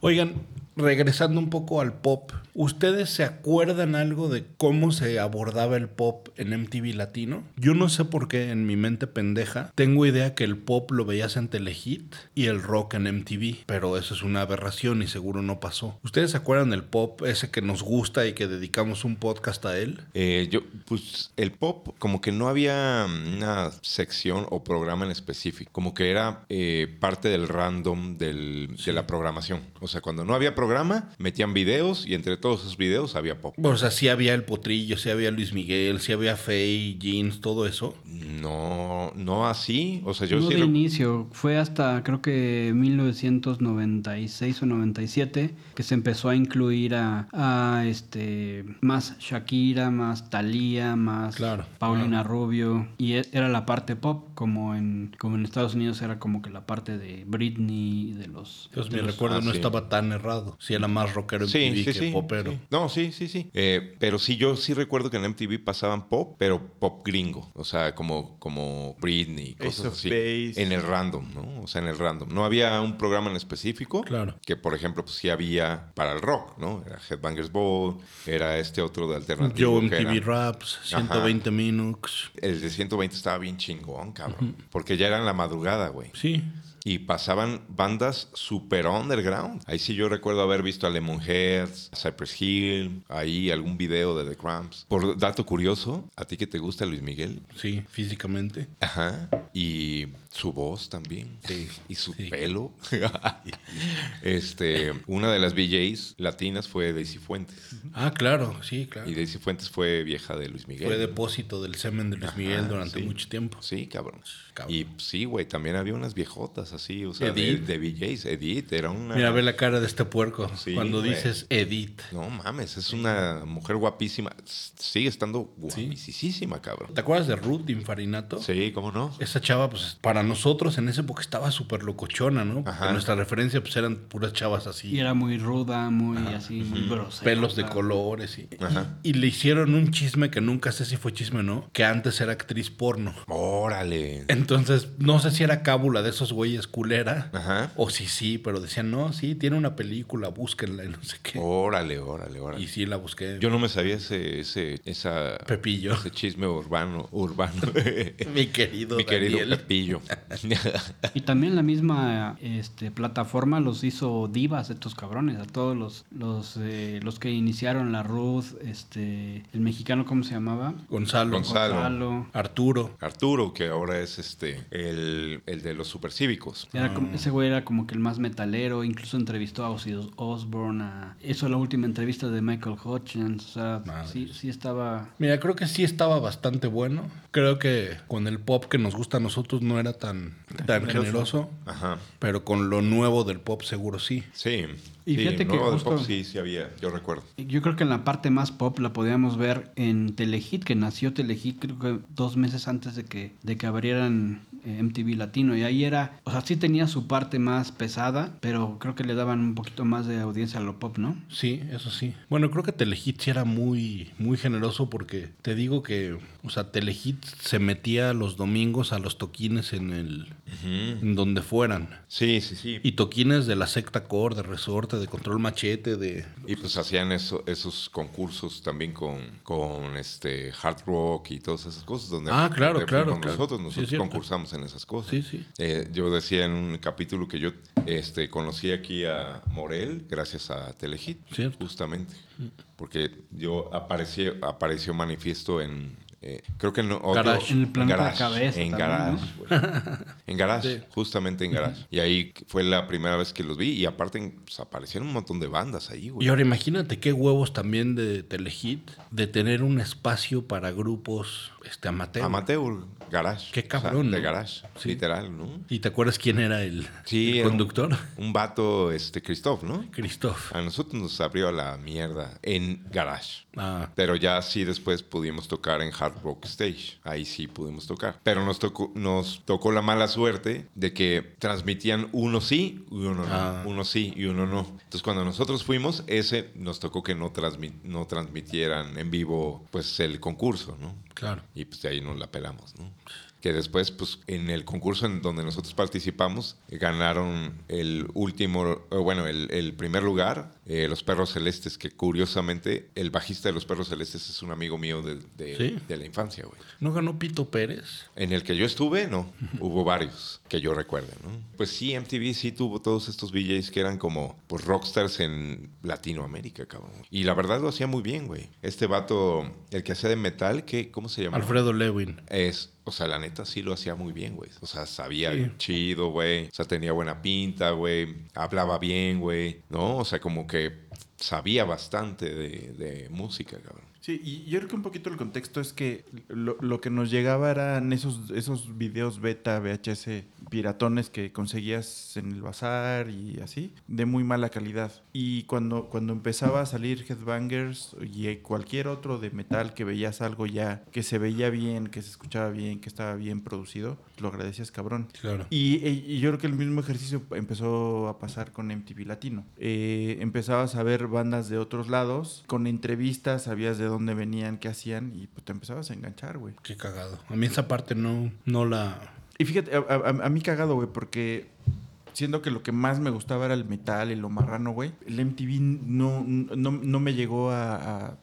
Speaker 1: Oigan, regresando un poco al pop, ¿ustedes se acuerdan algo de cómo se abordaba el pop en MTV Latino? Yo no sé por qué en mi mente pendeja tengo idea que el pop lo veías en Telehit y el rock en MTV, pero eso es una aberración y seguro no pasó. ¿Ustedes se acuerdan del pop ese que nos gusta y que dedicamos un podcast a él?
Speaker 3: Eh, yo, pues, el pop, como que no había una sección o programa en específico. Como que era eh, parte del random del- de la programación. O sea, cuando no había programa, metían videos y entre todos esos videos había pop.
Speaker 1: O sea, sí había El Potrillo, sí había Luis Miguel, sí había Faye, Jeans, todo eso.
Speaker 3: No, no así. O
Speaker 1: Pues
Speaker 3: sea, yo
Speaker 4: no
Speaker 3: sí.
Speaker 4: de
Speaker 3: recu-
Speaker 4: inicio, fue hasta creo que 1996 o 97 que se empezó a incluir a, a, este más Shakira, más Thalía, más
Speaker 1: Claro,
Speaker 4: Paulina Rubio y e- era la parte pop como en como en Estados Unidos era como que la parte de Britney y de los
Speaker 1: Entonces
Speaker 4: de
Speaker 1: mi
Speaker 4: los-
Speaker 1: recuerdo
Speaker 3: ah,
Speaker 1: no
Speaker 3: sí.
Speaker 1: estaba tan errado. Sí era más rockero en MTV que popero.
Speaker 3: sí. No, sí, sí, sí. Eh, pero sí, yo sí recuerdo que en MTV pasaban pop, pero pop gringo. O sea, como, como Britney,
Speaker 2: Ace
Speaker 3: cosas
Speaker 2: of
Speaker 3: así.
Speaker 2: Base.
Speaker 3: En el random, ¿no? O sea, en el random. No había un programa en específico.
Speaker 1: Claro.
Speaker 3: Que, por ejemplo, pues, sí había para el rock, ¿no? Era Headbangers Ball, era este otro de alternativo.
Speaker 1: Yo
Speaker 3: que
Speaker 1: MTV
Speaker 3: era-
Speaker 1: Raps, 120 Minux.
Speaker 3: El de 120 estaba bien chingón, cabrón. Porque ya era en la madrugada, güey.
Speaker 1: Sí.
Speaker 3: Y pasaban bandas super underground. Ahí sí yo recuerdo haber visto a Lemonheads, a Cypress Hill, ahí algún video de The Cramps. Por dato curioso, a ti que te gusta Luis Miguel.
Speaker 1: Sí, físicamente.
Speaker 3: Ajá. Y su voz también. Y su
Speaker 1: Sí.
Speaker 3: pelo. este, una de las VJs latinas fue Daisy Fuentes.
Speaker 1: Ah, claro, sí, claro.
Speaker 3: Y Daisy Fuentes fue vieja de Luis Miguel.
Speaker 1: Fue depósito del semen de Luis Miguel
Speaker 3: Ajá,
Speaker 1: durante
Speaker 3: sí.
Speaker 1: mucho tiempo.
Speaker 3: Sí, cabrón.
Speaker 1: Cabrón.
Speaker 3: Y sí, güey, también había unas viejotas así, o sea, de,
Speaker 1: Edith.
Speaker 3: de VJs. Edith era una.
Speaker 1: Mira, ve la cara de este puerco
Speaker 3: Sí,
Speaker 1: cuando
Speaker 3: güey.
Speaker 1: dices Edith.
Speaker 3: No mames, es una mujer guapísima. S- Sigue estando guapísima, cabrón.
Speaker 1: ¿Te acuerdas de Ruth Infarinato?
Speaker 3: Sí, ¿cómo no?
Speaker 1: Esa chava, pues para nosotros en esa época estaba súper locochona, ¿no? Porque
Speaker 3: Ajá.
Speaker 1: nuestra referencia pues eran puras chavas
Speaker 4: y
Speaker 1: así,
Speaker 4: era muy ruda, muy así, muy grosera.
Speaker 1: pelos de colores y,
Speaker 3: Ajá.
Speaker 1: y le hicieron un chisme que nunca sé si fue chisme o no, que antes era actriz porno.
Speaker 3: Órale.
Speaker 1: Entonces, no sé si era cábula de esos güeyes culera
Speaker 3: Ajá.
Speaker 1: o si sí, pero decían, no, sí, tiene una película, búsquenla y no sé qué.
Speaker 3: Órale, órale, órale.
Speaker 1: Y sí, la busqué.
Speaker 3: Yo no me sabía ese, ese, esa,
Speaker 1: Pepillo.
Speaker 3: ese chisme urbano, urbano.
Speaker 1: Mi querido,
Speaker 3: Mi querido
Speaker 1: Daniel.
Speaker 3: Pepillo.
Speaker 4: Y también la misma este, plataforma los hizo divas estos cabrones, a todos los los, eh, los que iniciaron la Ruth, este, el mexicano, ¿cómo se llamaba?
Speaker 1: Gonzalo.
Speaker 3: Gonzalo.
Speaker 1: Arturo.
Speaker 3: Arturo, que ahora es este el, el de los supercívicos.
Speaker 4: Era como- ese güey era como que el más metalero, incluso entrevistó a Ozzy Osbourne, a- eso la última entrevista de Michael Hutchins, o sea,
Speaker 1: Madre.
Speaker 4: sí, sí estaba...
Speaker 1: Mira, creo que sí estaba bastante bueno. Creo que con el pop que nos gusta a nosotros no era tan, tan generoso.
Speaker 3: Ajá.
Speaker 1: Pero con lo nuevo del pop seguro sí.
Speaker 3: Sí. sí,
Speaker 4: Y fíjate que
Speaker 3: Nuevo de
Speaker 4: justo-
Speaker 3: Pop sí, sí había, yo recuerdo.
Speaker 4: Yo creo que en la parte más pop la podíamos ver en Telehit, que nació Telehit creo que dos meses antes de que, de que abrieran eh, MTV Latino. Y ahí era, o sea, sí tenía su parte más pesada, pero creo que le daban un poquito más de audiencia a lo pop, ¿no?
Speaker 1: Sí, eso sí. Bueno, creo que Telehit sí era muy, muy generoso porque te digo que, o sea, Telehit se metía los domingos a los toquines en el,
Speaker 3: Ujú.
Speaker 1: en donde fueran.
Speaker 3: Sí, sí, sí.
Speaker 1: Y toquines de la secta core, de resorte, de control machete, de...
Speaker 3: Y pues hacían eso, esos concursos también con, con este hard rock y todas esas cosas. Donde
Speaker 1: Ah, claro,
Speaker 3: donde
Speaker 1: claro,
Speaker 3: fuimos
Speaker 1: claro.
Speaker 3: Nosotros,
Speaker 1: Sí, es
Speaker 3: nosotros
Speaker 1: cierto.
Speaker 3: concursamos en esas cosas.
Speaker 1: Sí, sí.
Speaker 3: Eh, yo decía en un capítulo que yo este, conocí aquí a Morel gracias a Telehit,
Speaker 1: Cierto.
Speaker 3: justamente. Porque yo aparecí, apareció manifiesto en... eh, creo que no...
Speaker 1: Garage.
Speaker 4: En el planeta
Speaker 3: Garage,
Speaker 4: Cabeza
Speaker 3: En
Speaker 4: también,
Speaker 3: Garage. güey. En Garage,
Speaker 1: Sí.
Speaker 3: justamente en Garage. Y ahí fue la primera vez que los vi. Y aparte pues, aparecieron un montón de bandas ahí, güey.
Speaker 1: Y ahora imagínate qué huevos también de Telehit de tener un espacio para grupos este, amateur.
Speaker 3: Amateur, garage.
Speaker 1: Qué cabrón,
Speaker 3: de
Speaker 1: ¿no?
Speaker 3: garage,
Speaker 1: Sí.
Speaker 3: literal, ¿no?
Speaker 1: ¿Y te acuerdas quién era el, el
Speaker 3: era un-
Speaker 1: conductor?
Speaker 3: Un, vato, este, Christoph, ¿no?
Speaker 1: Christoph.
Speaker 3: A nosotros nos abrió a la mierda en garage.
Speaker 1: Ah,
Speaker 3: Pero ya sí después pudimos tocar en Hard Rock Stage. Ahí sí pudimos tocar. Pero nos tocó, nos tocó la mala suerte de que transmitían uno sí y uno no.
Speaker 1: Ah.
Speaker 3: Uno sí y uno no. Entonces cuando nosotros fuimos, ese nos tocó que no, transmi- no transmitieran en vivo pues el concurso, ¿no?
Speaker 1: claro.
Speaker 3: Y pues de ahí nos la pelamos, ¿no? Que después, pues en el concurso en donde nosotros participamos, eh, ganaron el último, eh, bueno, el, el primer lugar, eh, los Perros Celestes, que curiosamente el bajista de los Perros Celestes es un amigo mío de, de-
Speaker 1: Sí.
Speaker 3: de la infancia, güey.
Speaker 1: ¿No ganó Pito Pérez?
Speaker 3: En el que yo estuve, no, hubo varios que yo recuerde, ¿no? Pues sí, MTV sí tuvo todos estos VJs que eran como pues, rockstars en Latinoamérica, cabrón. Y la verdad lo hacía muy bien, güey. Este vato, el que hacía de metal, que, ¿cómo se llama?
Speaker 1: Alfredo Lewin.
Speaker 3: Es, o sea, la neta neta sí lo hacía muy bien, güey. O sea, sabía chido, güey. O sea, tenía buena pinta, güey. Hablaba bien, güey. ¿No? O sea, como que sabía bastante de, de música, cabrón.
Speaker 2: Sí, y yo creo que un poquito el contexto es que lo, lo que nos llegaba eran esos, esos videos beta, VHS, piratones que conseguías en el bazar y así, de muy mala calidad. Y cuando, cuando empezaba a salir Headbangers y cualquier otro de metal que veías algo ya, que se veía bien, que se escuchaba bien, que estaba bien producido, lo agradecías cabrón.
Speaker 1: Claro.
Speaker 2: Y, y yo creo que el mismo ejercicio empezó a pasar con MTV Latino. Eh, empezabas a ver bandas de otros lados, con entrevistas, sabías de dónde venían, qué hacían, y pues te empezabas a enganchar, güey.
Speaker 1: Qué cagado. A mí esa parte no, no la...
Speaker 2: Y fíjate, a, a- a mí cagado, güey, porque siendo que lo que más me gustaba era el metal y lo marrano, güey, el MTV no, no, no me llegó a, a- a-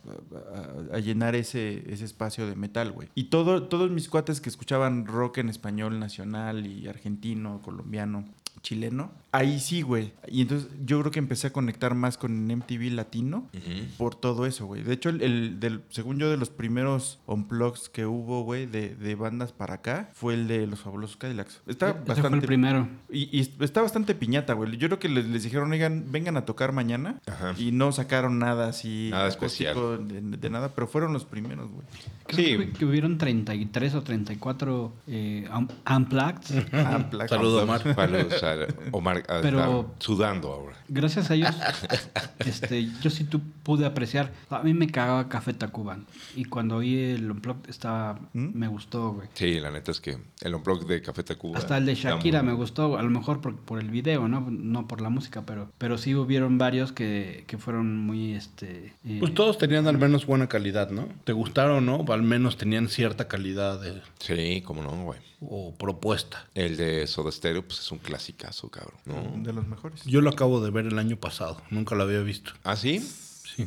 Speaker 2: a llenar ese, ese espacio de metal, güey. Y todo, todos mis cuates que escuchaban rock en español nacional y argentino, colombiano, chileno, ahí sí, güey. Y entonces yo creo que empecé a conectar más con MTV latino
Speaker 3: Ujú.
Speaker 2: por todo eso, güey. De hecho, el, el del, según yo, de los primeros unplugs que hubo, güey, de, de bandas para acá, fue el de los fabulosos Cadillacs. Está
Speaker 4: Ese fue el
Speaker 2: bastante.
Speaker 4: primero.
Speaker 2: y, y está bastante piñata, güey. Yo creo que les, les dijeron, oigan, vengan a tocar mañana.
Speaker 3: Ajá.
Speaker 2: Y no sacaron nada así.
Speaker 3: Nada
Speaker 2: acústico De, de nada, pero fueron los primeros, güey.
Speaker 3: Sí.
Speaker 4: Creo que, que hubieron 33 o 34 eh, un- unplugged.
Speaker 2: Ah, placa.
Speaker 1: Saludo, Omar.
Speaker 3: Saludos a Omar. a-
Speaker 4: Pero-
Speaker 3: está sudando ahora.
Speaker 4: Gracias a ellos, este, yo sí tu- pude apreciar. A mí me cagaba Café Tacuba. Y cuando oí el unplugged, estaba,
Speaker 2: ¿Mm?
Speaker 4: me gustó, güey.
Speaker 3: Sí, la neta es que el unplug de Café Tacuba.
Speaker 4: Hasta el de
Speaker 3: está muy
Speaker 4: Shakira me
Speaker 3: bueno.
Speaker 4: gustó, a lo mejor por, por el video, ¿no? No por la música, pero, pero sí hubieron varios que, que fueron muy, este... eh,
Speaker 1: Pues todos tenían al menos buena calidad, ¿no? Te gustaron o no, al menos tenían cierta calidad de-
Speaker 3: Sí, cómo no, güey.
Speaker 1: o propuesta.
Speaker 3: El de Soda Stereo, pues es un clasicazo, cabrón. ¿no?
Speaker 2: De los mejores.
Speaker 1: Yo lo acabo de ver el año pasado, nunca lo había visto.
Speaker 3: ¿Ah, sí?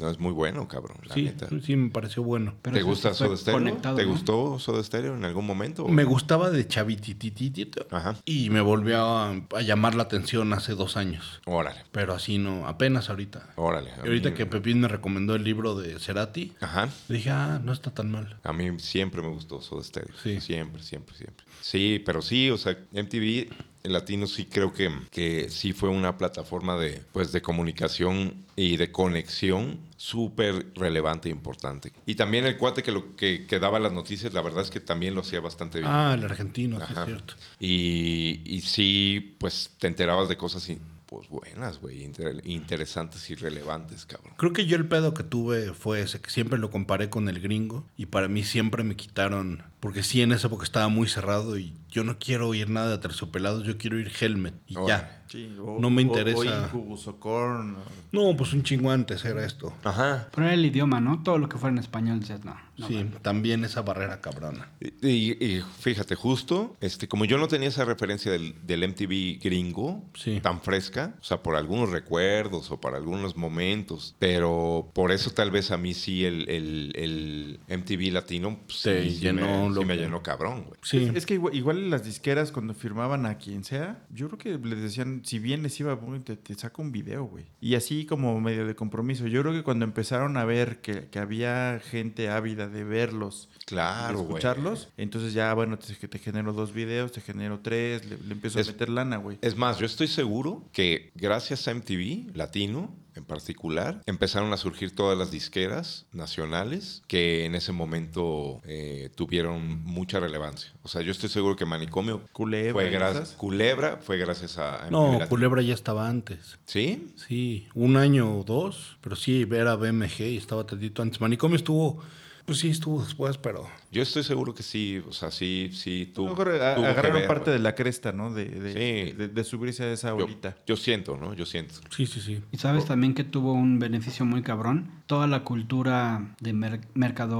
Speaker 3: No, es muy bueno, cabrón, la
Speaker 1: Sí,
Speaker 3: neta.
Speaker 1: sí, me pareció bueno.
Speaker 4: pero
Speaker 3: ¿Te
Speaker 4: eso sí
Speaker 3: gusta
Speaker 4: fue
Speaker 3: Soda Stereo?
Speaker 4: conectado,
Speaker 3: ¿Te
Speaker 4: ¿no?
Speaker 3: gustó Soda Stereo en algún momento?
Speaker 1: Me gustaba de chavitititito
Speaker 3: Ajá.
Speaker 1: y me volvió a, a llamar la atención hace dos años.
Speaker 3: Órale,
Speaker 1: Pero así no, apenas ahorita.
Speaker 3: órale.
Speaker 1: Y
Speaker 3: a
Speaker 1: ahorita
Speaker 3: mí-
Speaker 1: que Pepín me recomendó el libro de Cerati,
Speaker 3: Ajá.
Speaker 1: dije, ah, no está tan mal.
Speaker 3: A mí siempre me gustó Soda Stereo.
Speaker 1: Sí.
Speaker 3: Siempre, siempre, siempre. Sí, pero sí, o sea, MTV en latino sí creo que, que sí fue una plataforma de, pues, de comunicación y de conexión súper relevante e importante. Y también el cuate que, lo, que, que daba las noticias, la verdad es que también lo hacía bastante bien.
Speaker 1: Ah, el argentino, sí es
Speaker 3: Ajá.
Speaker 1: cierto.
Speaker 3: Y, y sí, pues te enterabas de cosas y, pues buenas, güey, inter- interesantes y relevantes, cabrón.
Speaker 1: Creo que yo el pedo que tuve fue ese, que siempre lo comparé con el gringo y para mí siempre me quitaron, porque sí, en esa época estaba muy cerrado y yo no quiero oír nada de terciopelados, yo quiero oír Helmet y
Speaker 3: Órale.
Speaker 1: ya.
Speaker 2: Sí, o-
Speaker 1: No me
Speaker 2: o- O,
Speaker 1: interesa.
Speaker 2: Incubus o Korn, o-
Speaker 1: No, pues un chingo antes era esto.
Speaker 3: Ajá.
Speaker 4: Pero era el idioma, ¿no? Todo lo que fuera en español, decías, no. no
Speaker 1: sí,
Speaker 4: va.
Speaker 1: también esa barrera cabrona.
Speaker 3: Y, y- y fíjate, justo, este, como yo no tenía esa referencia del, del MTV gringo
Speaker 1: Sí.
Speaker 3: tan fresca, o sea, por algunos recuerdos o para algunos momentos, pero por eso tal vez a mí sí el, el- el MTV latino pues,
Speaker 1: Te
Speaker 3: sí, sí
Speaker 1: llenó
Speaker 3: me,
Speaker 1: lo
Speaker 3: sí me
Speaker 1: que-
Speaker 3: llenó cabrón, güey.
Speaker 1: Sí,
Speaker 2: Es que igual, igual las disqueras cuando firmaban a quien sea, yo creo que les decían, si bien les iba, bueno, te, te saco un video, güey. Y así como medio de compromiso. Yo creo que cuando empezaron a ver que, que había gente ávida de verlos,
Speaker 3: Claro,
Speaker 2: de
Speaker 3: güey.
Speaker 2: escucharlos, entonces ya, bueno, te, que te genero dos videos, te genero tres, le, le empiezo
Speaker 3: Es-
Speaker 2: a meter lana, güey.
Speaker 3: Es más, yo estoy seguro que gracias a MTV Latino en particular, empezaron a surgir todas las disqueras nacionales que en ese momento eh, tuvieron mucha relevancia. O sea, yo estoy seguro que Manicomio
Speaker 2: Culebra,
Speaker 3: fue gracias
Speaker 2: esas.
Speaker 3: Culebra fue gracias a MTV
Speaker 1: no,
Speaker 3: Latino.
Speaker 1: Culebra ya estaba antes.
Speaker 3: ¿Sí?
Speaker 1: Sí, un año o dos, pero sí, era BMG y estaba tantito antes. Manicomio estuvo, pues sí, estuvo después, pero
Speaker 3: Yo estoy seguro que sí, o sea, sí, sí, tú.
Speaker 2: Yo creo que a- agarraron parte de la cresta, ¿no? De, de-
Speaker 3: Sí.
Speaker 2: de- de subirse a esa
Speaker 3: yo,
Speaker 2: bolita.
Speaker 3: yo siento, ¿no? Yo siento.
Speaker 1: sí, sí, sí.
Speaker 4: Y sabes también que tuvo un beneficio muy cabrón. Toda la cultura de mer-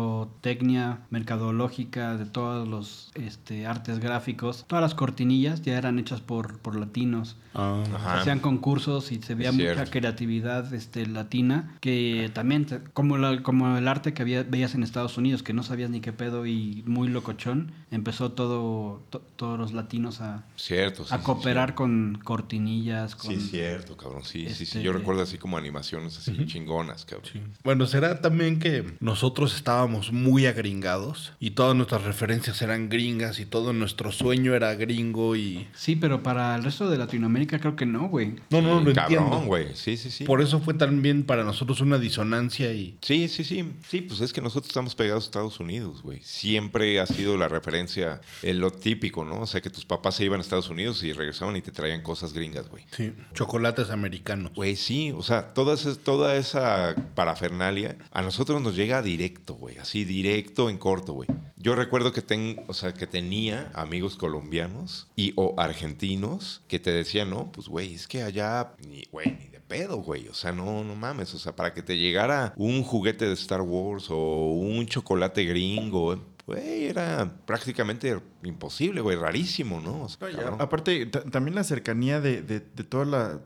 Speaker 4: mercadotecnia, mercadológica, de todos los este, artes gráficos, todas las cortinillas ya eran hechas por, por latinos.
Speaker 1: Ah,
Speaker 4: Se
Speaker 3: Ajá.
Speaker 4: Hacían concursos y se veía
Speaker 3: Es
Speaker 4: mucha
Speaker 3: cierto.
Speaker 4: creatividad este, latina, que también, te- como, la- como el arte que había, veías en Estados Unidos, que no sabías ni qué pedo y muy locochón, empezó todo, to- todos los latinos a,
Speaker 3: Cierto. sí,
Speaker 4: a
Speaker 3: sí,
Speaker 4: cooperar con cortinillas, con...
Speaker 3: Sí, cierto, cabrón. Sí, sí, sí.
Speaker 4: este-
Speaker 3: Yo recuerdo así como animaciones así chingonas, cabrón.
Speaker 1: Bueno, será también que nosotros estábamos muy agringados y todas nuestras referencias eran gringas y todo nuestro sueño era gringo y...
Speaker 4: Sí, pero para el resto de Latinoamérica creo que no, güey.
Speaker 1: No, no, lo
Speaker 3: Mm, cabrón,
Speaker 1: entiendo.
Speaker 3: güey. Sí, sí, sí.
Speaker 1: Por eso fue también para nosotros una disonancia y...
Speaker 3: Sí, sí, sí. Sí, pues es que nosotros estamos pegados a Estados Unidos, güey. Siempre ha sido la referencia, eh, lo típico, ¿no? O sea, que tus papás se iban a Estados Unidos y regresaban y te traían cosas gringas, güey.
Speaker 1: Sí, chocolates americanos.
Speaker 3: Güey, sí, o sea, toda esa, toda esa parafernalia a nosotros nos llega directo, güey, así directo en corto, güey. Yo recuerdo que, ten, o sea, que tenía amigos colombianos y o argentinos que te decían, no, pues güey, es que allá, ni, güey, ni de pedo, güey, o sea, no, no mames, o sea, para que te llegara un juguete de Star Wars o un chocolate gringo, güey, era prácticamente imposible, güey, rarísimo, ¿no? O sea,
Speaker 2: No, y a-
Speaker 3: cabrón.
Speaker 2: aparte, ta- también la cercanía de, de, de todas las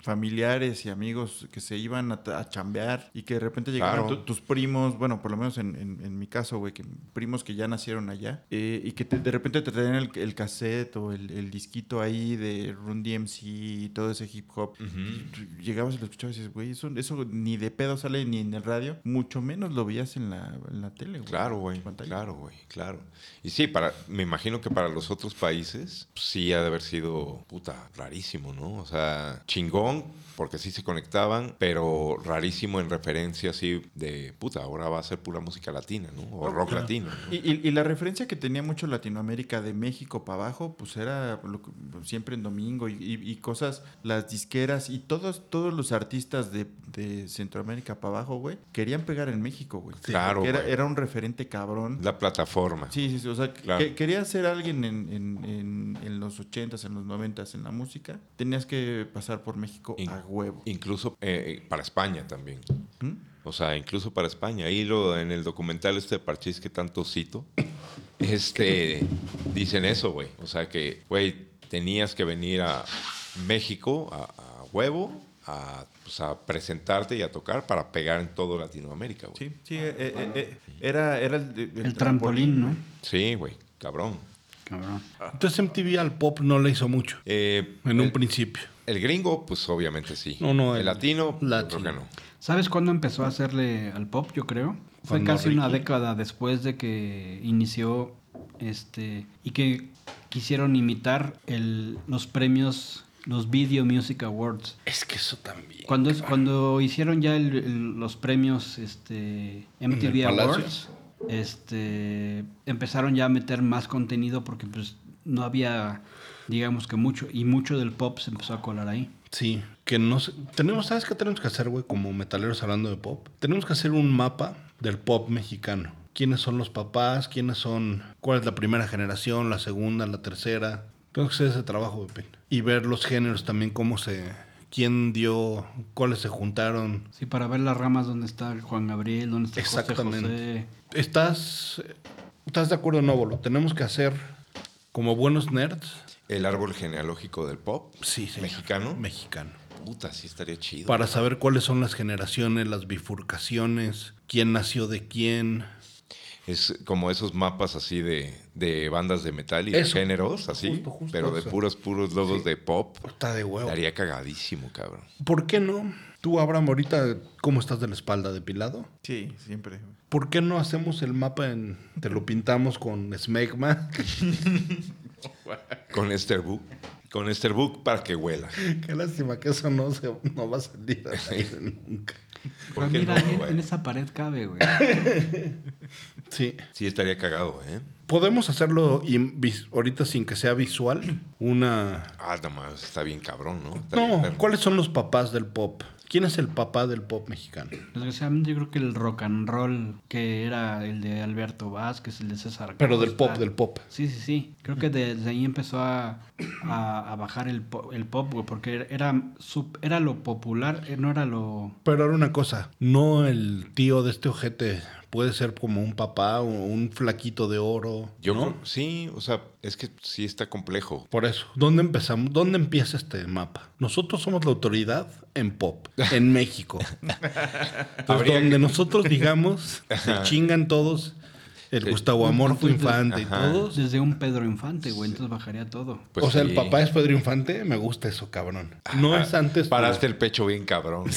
Speaker 2: familiares y amigos que se iban a, ta- a chambear y que de repente llegaban
Speaker 3: Claro.
Speaker 2: tu- tus primos, bueno, por lo menos en, en- en mi caso, güey, que primos que ya nacieron allá eh, y que te- de repente te traían el, el cassette o el, el disquito ahí de Run DMC y todo ese hip hop. Y tú Llegabas y lo escuchabas y dices, güey, eso, eso ni de pedo sale ni en el radio, mucho menos lo veías en la, en la tele, güey.
Speaker 3: Claro,
Speaker 2: en
Speaker 3: güey.
Speaker 2: tu pantalla.
Speaker 3: Claro, güey. Claro. Y sí, para, me imagino que para los otros países pues, sí ha de haber sido, puta, rarísimo, ¿no? O sea, chingón, porque sí se conectaban, pero rarísimo en referencia así de, puta, ahora va a ser pura música latina, ¿no? O rock latino. ¿no?
Speaker 2: Y, y- y la referencia que tenía mucho Latinoamérica de México para abajo, pues era lo que- pues, siempre en domingo y, y- y cosas, las disqueras y todos, todos los artistas de, de Centroamérica para abajo, güey, querían pegar en México, güey.
Speaker 3: Sí. Claro,
Speaker 2: Porque Era,
Speaker 3: güey.
Speaker 2: era un referente cabrón.
Speaker 3: La plataforma.
Speaker 2: Sí, sí, sí, o sea, que-
Speaker 3: Claro.
Speaker 2: querías ser alguien en, en- en- en los 80s, en los 90s, en la música, tenías que pasar por México
Speaker 3: In-
Speaker 2: a huevo.
Speaker 3: Incluso eh, para España también.
Speaker 2: ¿Mm?
Speaker 3: O sea, incluso para España. Ahí lo, en el documental este de Parchís que tanto cito, este, dicen eso, güey. O sea, que, güey, tenías que venir a México, a, a huevo, a, pues, a presentarte y a tocar para pegar en todo Latinoamérica, güey.
Speaker 2: Sí, sí, eh, eh, eh, era, era el,
Speaker 4: El trampolín, ¿no?
Speaker 3: Sí, güey, cabrón.
Speaker 4: Cabrón.
Speaker 1: Entonces MTV al pop no le hizo mucho
Speaker 3: Eh,
Speaker 1: en un
Speaker 3: el,
Speaker 1: principio.
Speaker 3: el gringo, pues obviamente sí.
Speaker 1: No, no,
Speaker 3: el,
Speaker 1: el
Speaker 3: latino, yo creo
Speaker 1: latino.
Speaker 3: que no.
Speaker 4: ¿Sabes cuándo empezó a hacerle al pop, yo creo? Fue
Speaker 1: Cuando
Speaker 4: casi una
Speaker 1: Ricky.
Speaker 4: década después de que inició este y que quisieron imitar el, los premios, los Video Music Awards.
Speaker 1: Es que eso también.
Speaker 4: Cuando, es, cuando hicieron ya el- el- los premios este, MTV
Speaker 1: el Palacio.
Speaker 4: Awards, este, empezaron ya a meter más contenido porque pues, no había, digamos que mucho, y mucho del pop se empezó a colar ahí.
Speaker 1: Sí, que no sé- tenemos, ¿sabes qué tenemos que hacer, güey? Como metaleros hablando de pop, tenemos que hacer un mapa del pop mexicano. ¿Quiénes son los papás? ¿Quiénes son? ¿Cuál es la primera generación? ¿La segunda? ¿La tercera? Tenemos que hacer ese trabajo, güey. Y ver los géneros también, cómo se... ¿Quién dio? ¿Cuáles se juntaron?
Speaker 4: Sí, para ver las ramas donde está Juan Gabriel, donde está José
Speaker 1: Exactamente.
Speaker 4: José.
Speaker 1: ¿Estás, estás de acuerdo, Novo? ¿Lo tenemos que hacer como buenos nerds?
Speaker 3: El árbol genealógico del pop
Speaker 1: señor.
Speaker 3: mexicano.
Speaker 1: Mexicano.
Speaker 3: Puta, sí estaría chido.
Speaker 1: Para saber cuáles son las generaciones, las bifurcaciones, quién nació de quién.
Speaker 3: Es como esos mapas así de, de bandas de metal y
Speaker 1: Eso.
Speaker 3: de géneros, así,
Speaker 1: Justo, justo
Speaker 3: pero de
Speaker 1: eso.
Speaker 3: puros, puros logos de pop.
Speaker 1: Está de huevo.
Speaker 3: Estaría cagadísimo, cabrón.
Speaker 1: ¿Por qué no? Tú, Abraham, ahorita, ¿cómo estás de la espalda depilado?
Speaker 2: Sí, siempre. güey.
Speaker 1: ¿Por qué no hacemos el mapa en. Te lo pintamos con Smegma?
Speaker 3: Con Esther Book. Con Esther Book para que huela.
Speaker 1: qué lástima que eso no, se, no va a salir al aire nunca.
Speaker 3: ¿Por
Speaker 4: Ah,
Speaker 3: qué
Speaker 4: mira,
Speaker 3: no,
Speaker 4: ahí en-
Speaker 3: güey?
Speaker 4: en esa pared cabe, güey.
Speaker 1: Sí.
Speaker 3: Sí, estaría cagado, ¿eh?
Speaker 1: Podemos hacerlo in- vis- ahorita sin que sea visual. Una.
Speaker 3: Ah, no mames, está bien cabrón, ¿no? Está bien
Speaker 1: No,
Speaker 3: perro.
Speaker 1: ¿cuáles son los papás del pop? ¿Quién es el papá del pop mexicano?
Speaker 4: Desgraciadamente yo creo que el rock and roll, que era el de Alberto Vázquez, el de César
Speaker 1: Pero del
Speaker 4: Costa.
Speaker 1: pop, del pop.
Speaker 4: Sí, sí, sí. Creo que desde ahí empezó a, a- a bajar el, po- el pop, güey, porque era, sup- era lo popular, eh, no era lo...
Speaker 1: Pero ahora una cosa, no el tío de este ojete Puede ser como un papá o un flaquito de oro.
Speaker 3: Yo
Speaker 1: ¿no?
Speaker 3: creo- sí, o sea, es que sí está complejo.
Speaker 1: Por eso, ¿dónde empezamos? ¿Dónde empieza este mapa? Nosotros somos la autoridad en pop, en México. Entonces,
Speaker 3: Habría
Speaker 1: donde
Speaker 3: que-
Speaker 1: nosotros digamos, se chingan todos, el Gustavo Amorfo Infante
Speaker 3: Eh, Ajá.
Speaker 1: y todos.
Speaker 4: Desde un Pedro Infante, güey, entonces bajaría todo.
Speaker 3: Pues
Speaker 1: o sea,
Speaker 3: sí.
Speaker 1: el papá es Pedro Infante, me gusta eso, cabrón. No es antes.
Speaker 3: Paraste el pecho bien cabrón.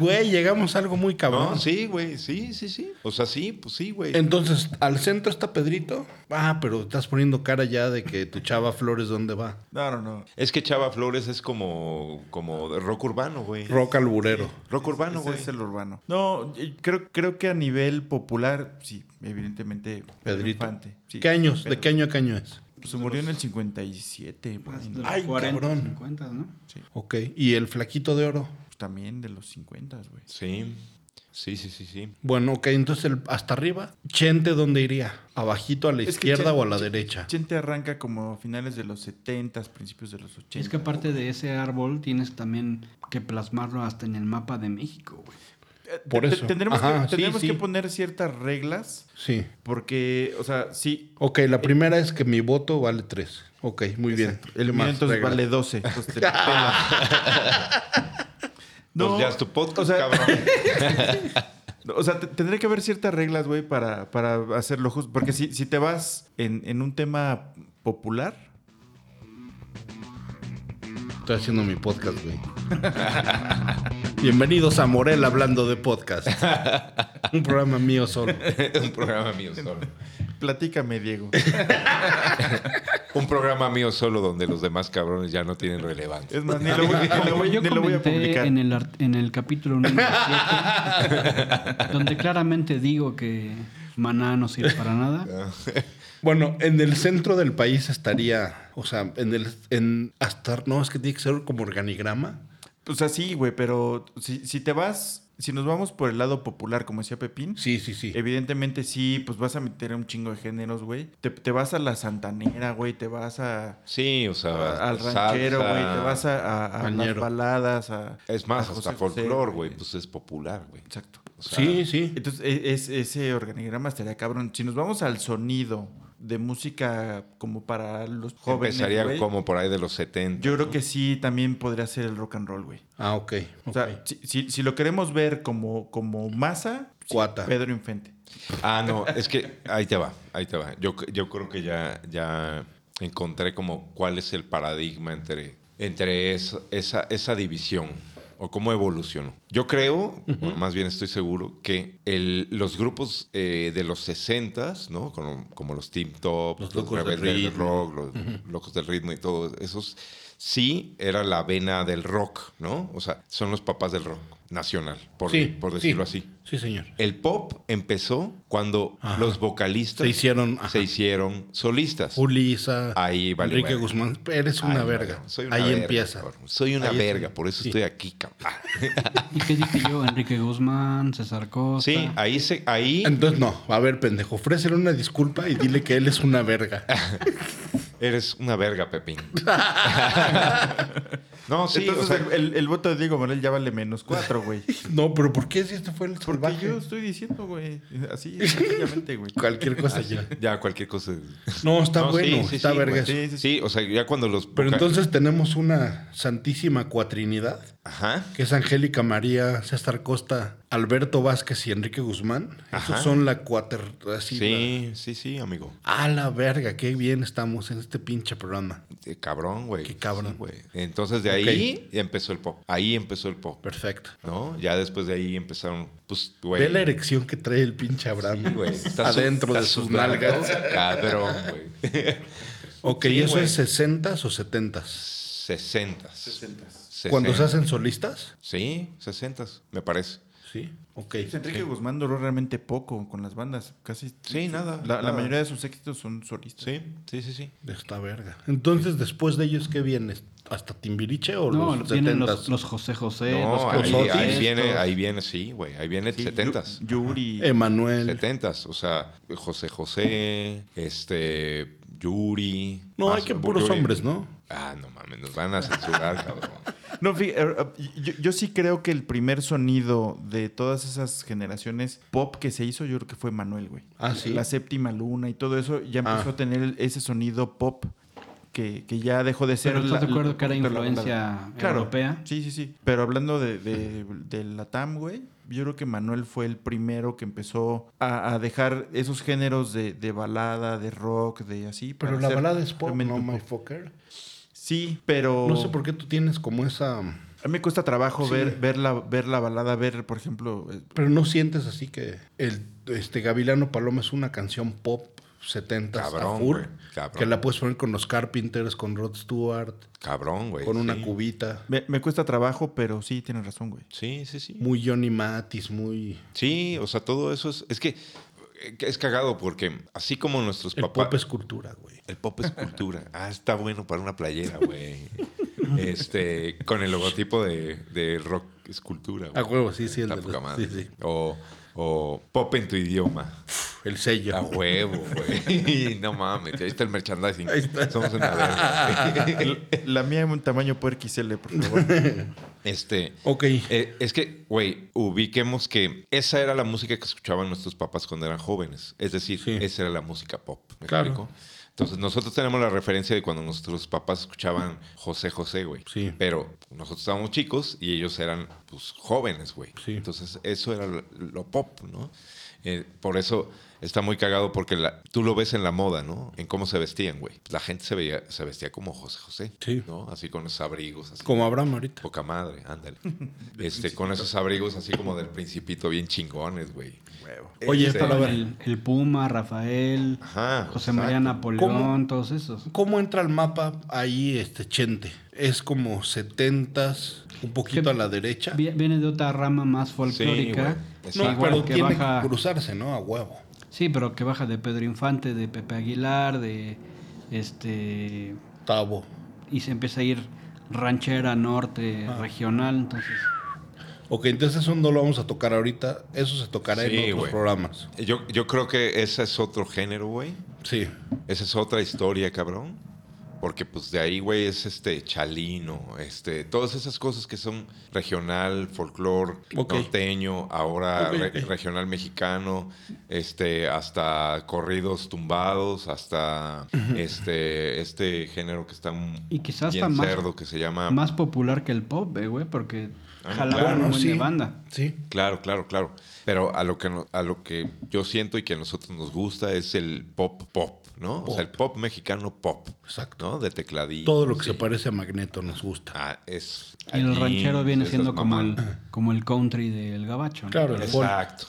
Speaker 1: Güey, llegamos a algo muy cabrón.
Speaker 3: No, sí, güey, sí, sí, sí. O sea, sí, pues sí, güey.
Speaker 1: Entonces, al centro está Pedrito. Ah, pero estás poniendo cara ya de que tu chava Flores, ¿dónde va?
Speaker 2: No, no, no.
Speaker 3: Es que Chava Flores es como, como de rock urbano, güey.
Speaker 1: Rock alburero.
Speaker 3: Rock urbano,
Speaker 2: Ese
Speaker 3: güey.
Speaker 2: es el urbano. No, eh, creo, creo que a nivel popular, sí, evidentemente.
Speaker 1: Pedrito.
Speaker 2: Infante, sí.
Speaker 1: ¿Qué años?
Speaker 2: Pero,
Speaker 1: ¿De qué año a qué año es?
Speaker 2: pues, se murió en el 57, por ahí,
Speaker 4: Más de
Speaker 2: ¿no?
Speaker 4: los
Speaker 1: Pues, Ay,
Speaker 4: 40,
Speaker 1: cabrón.
Speaker 4: 50, ¿no?
Speaker 1: Ok. ¿Y el flaquito de oro?
Speaker 2: Pues también de los 50, güey.
Speaker 3: Sí, sí, sí, sí, sí.
Speaker 1: Bueno, ok, entonces el- hasta arriba. Chente, ¿dónde iría? ¿Abajito a la
Speaker 2: Es que
Speaker 1: izquierda
Speaker 2: Chen-
Speaker 1: o a la
Speaker 2: Chen-
Speaker 1: derecha?
Speaker 2: Chente arranca como a finales de los 70, principios de los 80.
Speaker 4: Es que aparte de ese árbol tienes también que plasmarlo hasta en el mapa de México, güey.
Speaker 2: Eh, te-
Speaker 1: por
Speaker 2: te-
Speaker 1: eso.
Speaker 2: Tendremos,
Speaker 1: Ajá,
Speaker 2: que,
Speaker 1: sí,
Speaker 2: tendremos
Speaker 1: sí.
Speaker 2: que poner ciertas reglas
Speaker 1: Sí.
Speaker 2: porque, o sea, sí.
Speaker 1: Ok, la primera es que mi voto vale 3. Ok, muy bien.
Speaker 2: El
Speaker 1: ¿Qué
Speaker 2: mío
Speaker 1: más?
Speaker 2: entonces
Speaker 1: Regla.
Speaker 2: vale 12. entonces te pela.
Speaker 3: pues ya es tu podcast,
Speaker 2: o sea,
Speaker 3: cabrón.
Speaker 2: O sea, te- tendría que haber ciertas reglas, güey, para, para hacerlo justo. Porque si, si te vas en, en un tema popular,
Speaker 1: Estoy haciendo mi podcast, güey. Bienvenidos a Morel hablando de podcast. Un programa mío solo.
Speaker 3: un programa mío solo.
Speaker 2: platícame, Diego.
Speaker 3: Un programa mío solo donde los demás cabrones ya no tienen relevancia.
Speaker 2: Es más, ni lo voy, ni lo voy-
Speaker 4: Ah, Yo
Speaker 2: ni lo voy a
Speaker 4: comenté
Speaker 2: publicar.
Speaker 4: en el, art- en el capítulo número 7, donde claramente digo que Maná no sirve para nada.
Speaker 1: Bueno, en el centro del país estaría, o sea, en el, en hasta, no, es que tiene que ser como organigrama.
Speaker 2: O sea, sí, güey, pero si, si te vas, si nos vamos por el lado popular, como decía Pepín,
Speaker 1: Sí, sí, sí.
Speaker 3: Eh,
Speaker 2: evidentemente sí, pues vas a meter un chingo de géneros, güey. Te, te vas a la santanera, güey, te vas a...
Speaker 3: Sí, o sea,
Speaker 2: a- al ranchero,
Speaker 3: salsa.
Speaker 2: güey, te vas a, a- a las
Speaker 1: Bañero.
Speaker 2: baladas, a...
Speaker 3: Es más,
Speaker 2: a
Speaker 3: hasta
Speaker 2: José José,
Speaker 3: folclore, güey, pues es popular, güey.
Speaker 2: Exacto.
Speaker 3: O sea,
Speaker 1: sí,
Speaker 3: eh,
Speaker 1: sí.
Speaker 2: Entonces, e- es- ese organigrama estaría cabrón. Si nos vamos al sonido de música como para los jóvenes,
Speaker 3: Empezaría
Speaker 2: güey,
Speaker 3: como por ahí de los 70.
Speaker 2: yo creo que sí también podría ser el rock and roll, güey.
Speaker 1: Ah, ok.
Speaker 2: O
Speaker 1: ok.
Speaker 2: sea, si, si- si lo queremos ver como, como masa, sí,
Speaker 1: Cuata.
Speaker 2: Pedro Infante.
Speaker 3: Ah, no, es que ahí te va, ahí te va. Yo, yo creo que ya, ya encontré como cuál es el paradigma entre, entre es- esa, esa división o cómo evolucionó. Yo creo, bueno, más bien estoy seguro, que el- los grupos eh, de los 60s, ¿no? Como, como los Team Top,
Speaker 1: Los
Speaker 3: los,
Speaker 1: Locos del
Speaker 3: Rebeldes del
Speaker 1: Ritmo.
Speaker 3: Rock, los Locos del Ritmo y todo, esos sí era la vena del rock, ¿no? O sea, son los papás del rock nacional, por,
Speaker 1: Sí,
Speaker 3: por decirlo
Speaker 1: sí.
Speaker 3: así.
Speaker 1: Sí, señor.
Speaker 3: El pop empezó cuando
Speaker 1: Ajá.
Speaker 3: los vocalistas
Speaker 1: Se hicieron, ajá.
Speaker 3: se hicieron solistas.
Speaker 1: Ulisa,
Speaker 3: Ahí valió
Speaker 1: Enrique
Speaker 3: verga.
Speaker 1: Guzmán. Eres una
Speaker 3: Ay,
Speaker 1: verga.
Speaker 3: no, soy una
Speaker 1: Ahí
Speaker 3: verga,
Speaker 1: empieza.
Speaker 3: cabrón. Soy una
Speaker 1: Ahí está.
Speaker 3: verga, por eso
Speaker 1: Sí.
Speaker 3: estoy aquí, cabrón. Ah.
Speaker 4: ¿Y qué dije yo? Enrique Guzmán, César Costa.
Speaker 3: Sí, ahí se, ahí
Speaker 1: Entonces, no. A ver, pendejo, ofrécele una disculpa y dile que él es una verga.
Speaker 3: eres una verga, Pepín. no, sí,
Speaker 2: Entonces,
Speaker 3: o sea,
Speaker 2: el, el- el voto de Diego Morel ya vale menos cuatro, güey.
Speaker 1: No, pero ¿por qué si este fue el
Speaker 2: Porque
Speaker 1: salvaje?
Speaker 2: yo estoy diciendo, güey. Así, sencillamente, güey.
Speaker 1: Cualquier cosa ya.
Speaker 3: ya cualquier cosa.
Speaker 1: No, eh, está
Speaker 3: No, sí,
Speaker 1: bueno,
Speaker 3: sí,
Speaker 1: está
Speaker 3: sí,
Speaker 1: verga
Speaker 3: güey,
Speaker 1: eso.
Speaker 2: Sí, sí, sí.
Speaker 3: Sí, o sea, ya cuando los
Speaker 1: Pero
Speaker 3: voca-
Speaker 1: entonces tenemos una santísima cuatrinidad,
Speaker 3: ajá.
Speaker 1: que es Angélica María, César Costa, Alberto Vázquez y Enrique Guzmán.
Speaker 3: Ajá.
Speaker 1: Esos son la cuater... así,
Speaker 3: Sí, sí, sí, amigo.
Speaker 1: la- A la verga, qué bien estamos en este pinche programa.
Speaker 3: Eh, Cabrón, güey.
Speaker 1: Qué cabrón.
Speaker 3: Sí, güey. Entonces de ahí ya empezó el pop. Ahí empezó el pop.
Speaker 1: Perfecto.
Speaker 3: ¿No? Ya después de ahí empezaron, pues, güey.
Speaker 1: Ve la erección que trae el pinche Abraham
Speaker 3: Sí, güey. Está su-
Speaker 1: adentro
Speaker 3: está
Speaker 1: de sus
Speaker 3: sudando,
Speaker 1: nalgas.
Speaker 3: Cabrón, güey.
Speaker 1: Ok,
Speaker 3: Sí,
Speaker 1: ¿y eso
Speaker 3: güey.
Speaker 1: es 60s o 70s?
Speaker 3: Sesentas. Sesentas.
Speaker 1: ¿Cuando se hacen solistas?
Speaker 3: Sí, sesentas, me parece.
Speaker 1: Sí. Ok.
Speaker 2: Pues Enrique Guzmán duró realmente poco con las bandas. Casi.
Speaker 3: Sí, nada,
Speaker 2: La, la
Speaker 3: nada.
Speaker 2: mayoría de sus éxitos son solistas.
Speaker 3: Sí, sí, sí, sí.
Speaker 1: Esta verga. Entonces, después de ellos, ¿qué viene? hasta Timbiriche o
Speaker 4: No,
Speaker 1: los
Speaker 4: vienen
Speaker 1: 70
Speaker 4: los, los José José,
Speaker 3: No,
Speaker 4: los
Speaker 3: ahí,
Speaker 1: Osotis,
Speaker 3: ahí viene,
Speaker 4: Estos.
Speaker 3: ahí viene, sí, güey. Ahí viene
Speaker 2: Sí, Yu-
Speaker 3: 70s.
Speaker 2: Yuri.
Speaker 1: Emanuel.
Speaker 3: 70s, o sea, José José, este, Yuri.
Speaker 1: No,
Speaker 3: Ah,
Speaker 1: hay que
Speaker 3: Yuri.
Speaker 1: puros hombres, ¿no?
Speaker 3: Ah, no mames, nos van a censurar, cabrón.
Speaker 2: No, fí- er, er, yo, yo sí creo que el primer sonido de todas esas generaciones pop que se hizo, yo creo que fue Manuel, güey.
Speaker 1: Ah, sí.
Speaker 2: La séptima luna y todo eso ya empezó
Speaker 1: Ah.
Speaker 2: a tener ese sonido pop que, que ya dejó de ser.
Speaker 4: Pero estás
Speaker 2: la-
Speaker 4: de acuerdo que era
Speaker 2: pero la balada.
Speaker 4: influencia
Speaker 2: Claro.
Speaker 4: europea.
Speaker 2: Sí, sí, sí. Pero hablando de, de, de la TAM, güey, yo creo que Manuel fue el primero que empezó a, a dejar esos géneros de, de balada, de rock, de así. para
Speaker 1: Pero la
Speaker 2: hacer
Speaker 1: balada es pop,
Speaker 2: realmente
Speaker 1: no
Speaker 2: un
Speaker 1: my
Speaker 2: pop.
Speaker 1: fucker.
Speaker 2: Sí, pero.
Speaker 1: No sé por qué tú tienes como esa.
Speaker 2: A mí me cuesta trabajo
Speaker 1: Sí.
Speaker 2: ver, ver, la, ver la balada, ver, por ejemplo, eh,
Speaker 1: Pero no sientes así que el este Gavilano Paloma es una canción pop 70 a
Speaker 3: Cabrón,
Speaker 1: full.
Speaker 3: güey, cabrón.
Speaker 1: Que la puedes poner con los Carpenters, con Rod Stewart,
Speaker 3: Cabrón, güey.
Speaker 1: con una
Speaker 3: Pues sí.
Speaker 1: cubita.
Speaker 2: me, me cuesta trabajo, pero sí tienes razón, güey.
Speaker 3: Sí, sí, sí.
Speaker 1: Muy Johnny Matis, muy.
Speaker 3: Sí, o sea, todo eso es. Es que eh, es cagado porque así como nuestros
Speaker 1: El
Speaker 3: papás.
Speaker 1: pop es cultura, güey.
Speaker 3: El pop es cultura. Ah, está bueno para una playera, güey. Este, con el logotipo de, de rock es cultura. güey.
Speaker 1: A huevo, sí, sí, el
Speaker 3: Está
Speaker 1: de
Speaker 3: poca
Speaker 1: los-
Speaker 3: madre.
Speaker 1: sí, sí.
Speaker 3: O, o pop en tu idioma.
Speaker 1: El sello.
Speaker 3: A huevo, güey. No mames, ahí está el merchandising.
Speaker 1: Ahí está.
Speaker 3: Somos una verga. güey.
Speaker 2: La mía es un tamaño puerquicele, por favor.
Speaker 3: Este,
Speaker 1: Ok.
Speaker 3: Eh, es que, güey, ubiquemos que esa era la música que escuchaban nuestros papás cuando eran jóvenes. Es decir,
Speaker 1: Sí.
Speaker 3: esa era la música pop. ¿Me
Speaker 1: Claro.
Speaker 3: explico? Entonces, nosotros tenemos la referencia de cuando nuestros papás escuchaban José José, güey.
Speaker 1: Sí.
Speaker 3: Pero nosotros estábamos chicos y ellos eran, pues, jóvenes, güey.
Speaker 1: Sí.
Speaker 3: Entonces, eso era lo, lo pop, ¿no? Eh, por eso está muy cagado porque la- tú lo ves en la moda, ¿no? En cómo se vestían, güey. La gente se, veía, se vestía como José José,
Speaker 1: Sí.
Speaker 3: ¿no? Así con los abrigos, así.
Speaker 1: Como Abraham ahorita.
Speaker 3: Poca madre, ándale. Este, con esos abrigos así como del principito, bien chingones, güey.
Speaker 1: Oye,
Speaker 3: Este,
Speaker 1: para ver.
Speaker 4: El, el Puma, Rafael,
Speaker 3: Ajá, Ah,
Speaker 4: José
Speaker 3: exacto.
Speaker 4: María Napoleón,
Speaker 1: ¿Cómo?
Speaker 4: todos esos.
Speaker 1: ¿Cómo entra al mapa ahí este Chente? Es como 70s, un poquito
Speaker 4: Que-
Speaker 1: a la derecha.
Speaker 4: Vi- Viene de otra rama más folclórica.
Speaker 3: güey.
Speaker 1: No,
Speaker 3: Exacto.
Speaker 4: igual
Speaker 1: pero
Speaker 4: que
Speaker 1: tiene
Speaker 4: baja-
Speaker 1: que cruzarse, ¿no? A huevo.
Speaker 4: Sí, pero que baja de Pedro Infante, de Pepe Aguilar, de este
Speaker 1: Tabo.
Speaker 4: y se empieza a ir ranchera norte
Speaker 1: Ah.
Speaker 4: regional, entonces
Speaker 1: Ok, entonces eso no lo vamos a tocar ahorita. Eso se tocará
Speaker 3: Sí,
Speaker 1: en otros
Speaker 3: güey.
Speaker 1: programas.
Speaker 3: Yo, yo creo que ese es otro género, güey.
Speaker 1: Sí.
Speaker 3: Esa es otra historia, cabrón. Porque pues de ahí, güey, es este chalino, este, todas esas cosas que son regional, folclor,
Speaker 1: Ok.
Speaker 3: norteño, ahora
Speaker 1: Ok,
Speaker 3: re-
Speaker 1: ok.
Speaker 3: regional mexicano, este, hasta corridos tumbados, hasta este, este género que está un
Speaker 4: Y quizás
Speaker 3: bien
Speaker 4: hasta más-
Speaker 3: cerdo que se llama.
Speaker 4: más popular que el pop, eh, güey, porque
Speaker 3: Ah,
Speaker 4: jalaba
Speaker 3: claro,
Speaker 4: un buen
Speaker 1: sí.
Speaker 4: de banda.
Speaker 1: Sí.
Speaker 3: Claro, claro, claro. Pero a lo que no- a lo que yo siento y que a nosotros nos gusta es el pop pop, ¿no? O sea, el pop mexicano pop,
Speaker 1: Exacto.
Speaker 3: ¿no? De tecladito.
Speaker 1: Todo lo que se parece a Magneto nos gusta.
Speaker 3: Ah, es.
Speaker 4: Y el
Speaker 3: allí,
Speaker 4: ranchero viene
Speaker 3: esas
Speaker 4: siendo como el,
Speaker 3: mamadas.
Speaker 4: como el country del gabacho. ¿no?
Speaker 1: Claro, el folk.
Speaker 3: Exacto.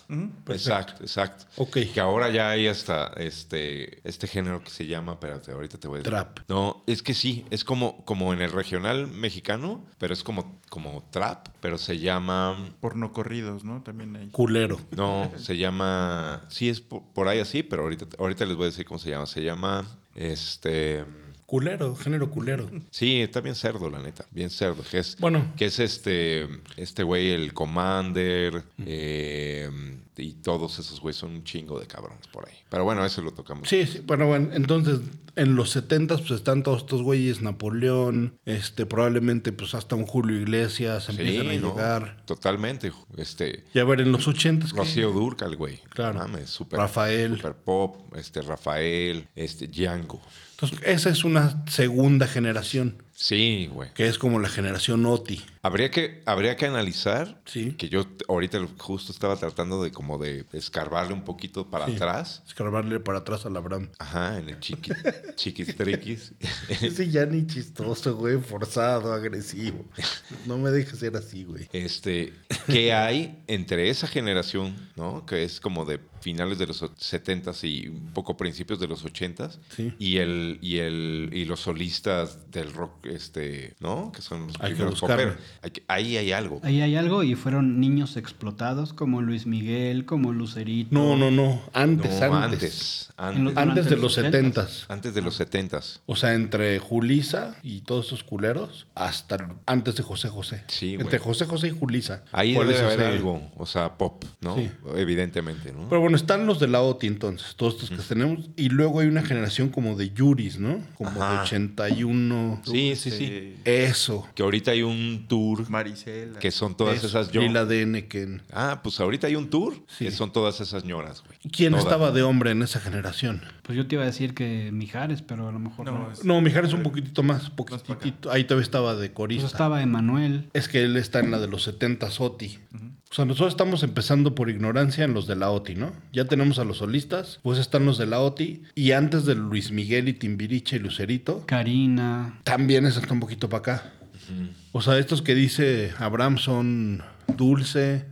Speaker 3: Exacto, exacto.
Speaker 1: Ok.
Speaker 3: Que ahora ya hay hasta este, este género que se llama, espérate, ahorita te voy a decir.
Speaker 1: Trap.
Speaker 3: No, es que sí, es como, como en el regional mexicano, pero es como, como trap, pero se llama.
Speaker 2: Porno corridos, ¿no? También hay.
Speaker 1: Culero.
Speaker 3: No, se llama. Sí, es por, por ahí así, pero ahorita, ahorita les voy a decir cómo se llama. Se llama. Este.
Speaker 1: Culero, género culero.
Speaker 3: Sí, está bien cerdo, la neta. Bien cerdo. Que es,
Speaker 1: Bueno.
Speaker 3: Que es este. Este güey, el Commander. eh, y todos esos güeyes son un chingo de cabrones por ahí. Pero bueno, eso lo tocamos.
Speaker 1: Sí, sí, bueno, bueno, entonces en los 70 pues están todos estos güeyes, Napoleón, este probablemente pues hasta un Julio Iglesias empiezan a
Speaker 3: ¿no?
Speaker 1: llegar.
Speaker 3: Totalmente. Este.
Speaker 1: Y a ver, en los 80 ¿qué?
Speaker 3: Rocío Durcal, güey.
Speaker 1: Claro.
Speaker 3: Mames, super,
Speaker 1: Rafael.
Speaker 3: Super pop. Este, Rafael. Este, Django.
Speaker 1: Entonces, esa es una segunda generación,
Speaker 3: Sí, güey.
Speaker 1: que es como la generación Oti.
Speaker 3: Habría que, habría que analizar
Speaker 1: Sí.
Speaker 3: que yo t- ahorita lo- justo estaba tratando de como de escarbarle un poquito para
Speaker 1: Sí.
Speaker 3: atrás.
Speaker 1: Escarbarle para atrás a la Abraham.
Speaker 3: Ajá, en el chiqui, chiquis triquis.
Speaker 1: Ese ya ni chistoso, güey, forzado, agresivo. No me dejes ser así, güey.
Speaker 3: Este, ¿qué hay entre esa generación, no? Que es como de finales de los 70s y un poco principios de los 80s.
Speaker 1: Sí.
Speaker 3: Y el, y el, y los solistas del rock, este, ¿no? Que son los
Speaker 1: Hay que
Speaker 3: primeros
Speaker 1: buscarle.
Speaker 3: poperos. Hay que- Ahí hay algo.
Speaker 4: Ahí hay algo y fueron niños explotados como Luis Miguel, como Lucerito.
Speaker 1: No, no, no.
Speaker 3: No,
Speaker 1: Antes, antes. ah,
Speaker 3: antes.
Speaker 4: En
Speaker 3: Antes,
Speaker 4: los-
Speaker 1: Antes de los
Speaker 4: Durante los
Speaker 1: setentas.
Speaker 3: antes de los 70s.
Speaker 1: O sea, entre Julisa y todos esos culeros, hasta antes de José José.
Speaker 3: Sí, güey.
Speaker 1: Entre José José y Julisa.
Speaker 3: Ahí
Speaker 1: ¿Cuál
Speaker 3: debe
Speaker 1: es
Speaker 3: haber
Speaker 1: ese?
Speaker 3: algo, o sea, pop, ¿no?
Speaker 1: Sí.
Speaker 3: Evidentemente, ¿no?
Speaker 1: Pero bueno, están los de la OTI entonces, todos estos que tenemos. Y luego hay una generación como de Yuris, ¿no? Como de
Speaker 3: Ajá.
Speaker 1: 81.
Speaker 3: sí, sí, sí.
Speaker 1: Eso.
Speaker 3: Que ahorita hay un tour
Speaker 2: Maricela.
Speaker 3: que son todas
Speaker 1: Eso.
Speaker 3: esas
Speaker 1: Y
Speaker 3: yo-
Speaker 1: la de Enneken.
Speaker 3: Ah, pues ahorita hay un tour
Speaker 1: Sí.
Speaker 3: que son todas esas ñoras, güey.
Speaker 1: ¿Quién
Speaker 3: Todas.
Speaker 1: estaba de hombre en esa generación?
Speaker 4: Pues yo te iba a decir que Mijares, pero a lo mejor no.
Speaker 2: No, es-
Speaker 1: No, Mijares un poquitito más, poquitito. Ahí todavía estaba de
Speaker 4: Pues
Speaker 1: corista.
Speaker 4: estaba Emanuel.
Speaker 1: Es que él está en la de los 70 OTI. O sea, nosotros estamos empezando por ignorancia en los de la OTI, ¿no? Ya tenemos a los solistas, pues están los de la OTI. Y antes de Luis Miguel y Timbiriche y Lucerito,
Speaker 4: Karina.
Speaker 1: también es hasta un poquito para acá. O sea, estos que dice Abraham son Dulce,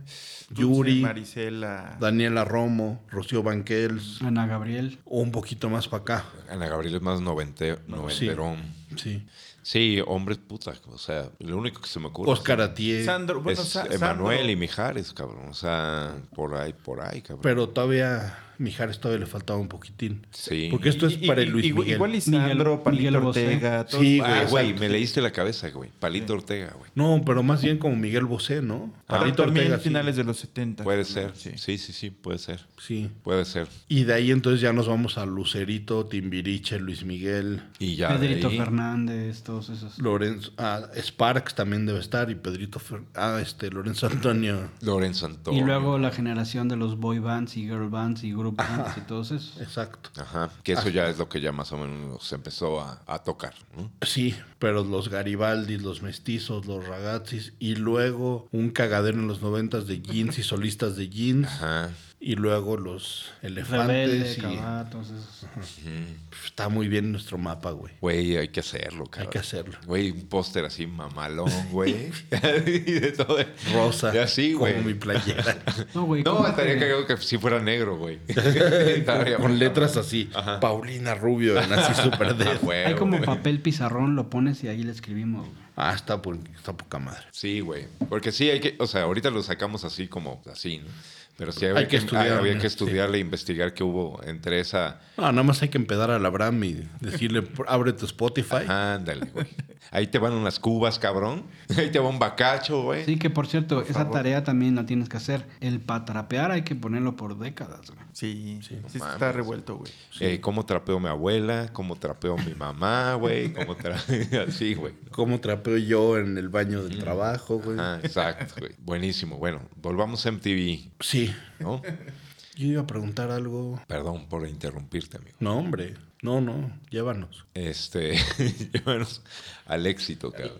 Speaker 1: Yuri,
Speaker 2: Maricela.
Speaker 1: Daniela Romo, Rocío Banquels,
Speaker 4: Ana Gabriel.
Speaker 1: o un poquito más para acá.
Speaker 3: Ana Gabriel es más novente, noventerón.
Speaker 1: Sí.
Speaker 3: Sí. hombres putas, o sea, lo único que se me ocurre
Speaker 1: Oscar Atié.
Speaker 2: Sandro. Bueno,
Speaker 3: es
Speaker 2: Sa-
Speaker 3: Emanuel
Speaker 2: Sandro.
Speaker 3: y Mijares, cabrón. O sea, por ahí, por ahí, cabrón.
Speaker 1: Pero todavía, Mijares todavía le faltaba un poquitín.
Speaker 3: sí.
Speaker 1: Porque esto es
Speaker 2: Y-
Speaker 1: para
Speaker 2: y-
Speaker 1: el Luis
Speaker 2: igual-
Speaker 1: Miguel.
Speaker 2: Igual y
Speaker 4: Miguel-
Speaker 2: Sandro, Palito
Speaker 4: Miguel Bosé.
Speaker 2: Ortega. todos-
Speaker 1: Sí,
Speaker 3: Ah,
Speaker 1: güey,
Speaker 3: güey,
Speaker 1: exacto.
Speaker 3: me leíste la cabeza, güey. Palito Ortega, güey.
Speaker 1: No, pero más bien como Miguel Bosé, ¿no?
Speaker 2: Ah,
Speaker 1: Palito
Speaker 2: también
Speaker 1: Ortega, sí.
Speaker 2: finales de los 70.
Speaker 3: Puede ser.
Speaker 2: Sí.
Speaker 3: Sí. sí, sí, puede ser.
Speaker 1: Sí.
Speaker 3: Puede ser.
Speaker 1: Y de ahí entonces ya nos vamos a Lucerito, Timbiriche, Luis Miguel,
Speaker 3: Y ya. de
Speaker 4: Pedrito
Speaker 3: ahí-
Speaker 4: Fernández, todos esos.
Speaker 1: Lorenzo, ah, Sparks también debe estar y Pedrito, Fer- ah, este, Lorenzo Antonio.
Speaker 3: Lorenzo Antonio.
Speaker 4: Y luego la generación de los boy bands y girl bands y group bands y todos esos.
Speaker 1: Exacto.
Speaker 3: Ajá. Que eso ya es lo que ya más o menos se empezó a, a tocar, ¿no?
Speaker 1: Sí, pero los Garibaldis, los mestizos, los ragazzis, y luego un cagadero en los noventas de jeans y solistas de jeans,
Speaker 3: Ajá.
Speaker 1: y luego los elefantes.
Speaker 4: Rebelde,
Speaker 1: y-
Speaker 4: Cabatos, esos.
Speaker 1: Pf, está muy bien nuestro mapa, güey.
Speaker 3: Güey, hay que hacerlo, cabrón.
Speaker 1: Hay que hacerlo.
Speaker 3: Güey, un póster así mamalón, güey. y de todo.
Speaker 1: Rosa,
Speaker 3: Ya sí, güey.
Speaker 1: como mi playera.
Speaker 4: No, güey.
Speaker 3: No,
Speaker 4: cómprate-
Speaker 3: estaría cagado que si fuera negro, güey. Estaría
Speaker 1: con
Speaker 3: muy
Speaker 1: letras así. Paulina Rubio, en así súper
Speaker 3: cabrón.
Speaker 1: de...
Speaker 3: Ah, güey,
Speaker 4: Hay como
Speaker 3: güey.
Speaker 4: papel pizarrón, lo pones y ahí le escribimos. güey.
Speaker 1: Ah, está, pu- está poca madre.
Speaker 3: Sí, güey. Porque sí hay que, o sea, ahorita lo sacamos así como así, ¿no? Pero sí había
Speaker 1: Hay que
Speaker 3: que,
Speaker 1: estudiar,
Speaker 3: ah, había
Speaker 1: ¿no?
Speaker 3: que estudiarle e investigar qué hubo entre esa.
Speaker 1: No, nada más hay que empedar al Abraham y decirle, "Por- abre tu Spotify.
Speaker 3: Ándale, güey. Ahí te van unas cubas, cabrón. Ahí te va un bacacho, güey.
Speaker 4: Sí, que por cierto, esa
Speaker 2: favor.
Speaker 4: tarea también la tienes que hacer. El patrapear hay que ponerlo por décadas. güey.
Speaker 2: Sí, sí,
Speaker 3: no
Speaker 2: está
Speaker 3: mames.
Speaker 2: revuelto, güey.
Speaker 3: Eh, cómo trapeó mi abuela, cómo trapeó mi mamá, güey. Cómo tra- así, güey.
Speaker 1: ¿Cómo trapeo yo en el baño del trabajo, güey?
Speaker 3: Ah, exacto, güey. Buenísimo. Bueno, volvamos a MTV,
Speaker 1: Sí.
Speaker 3: ¿no?
Speaker 1: Yo iba a preguntar algo.
Speaker 3: Perdón por interrumpirte, amigo.
Speaker 1: No, hombre. No, no. Llévanos.
Speaker 3: Este, llévanos al éxito, cabrón.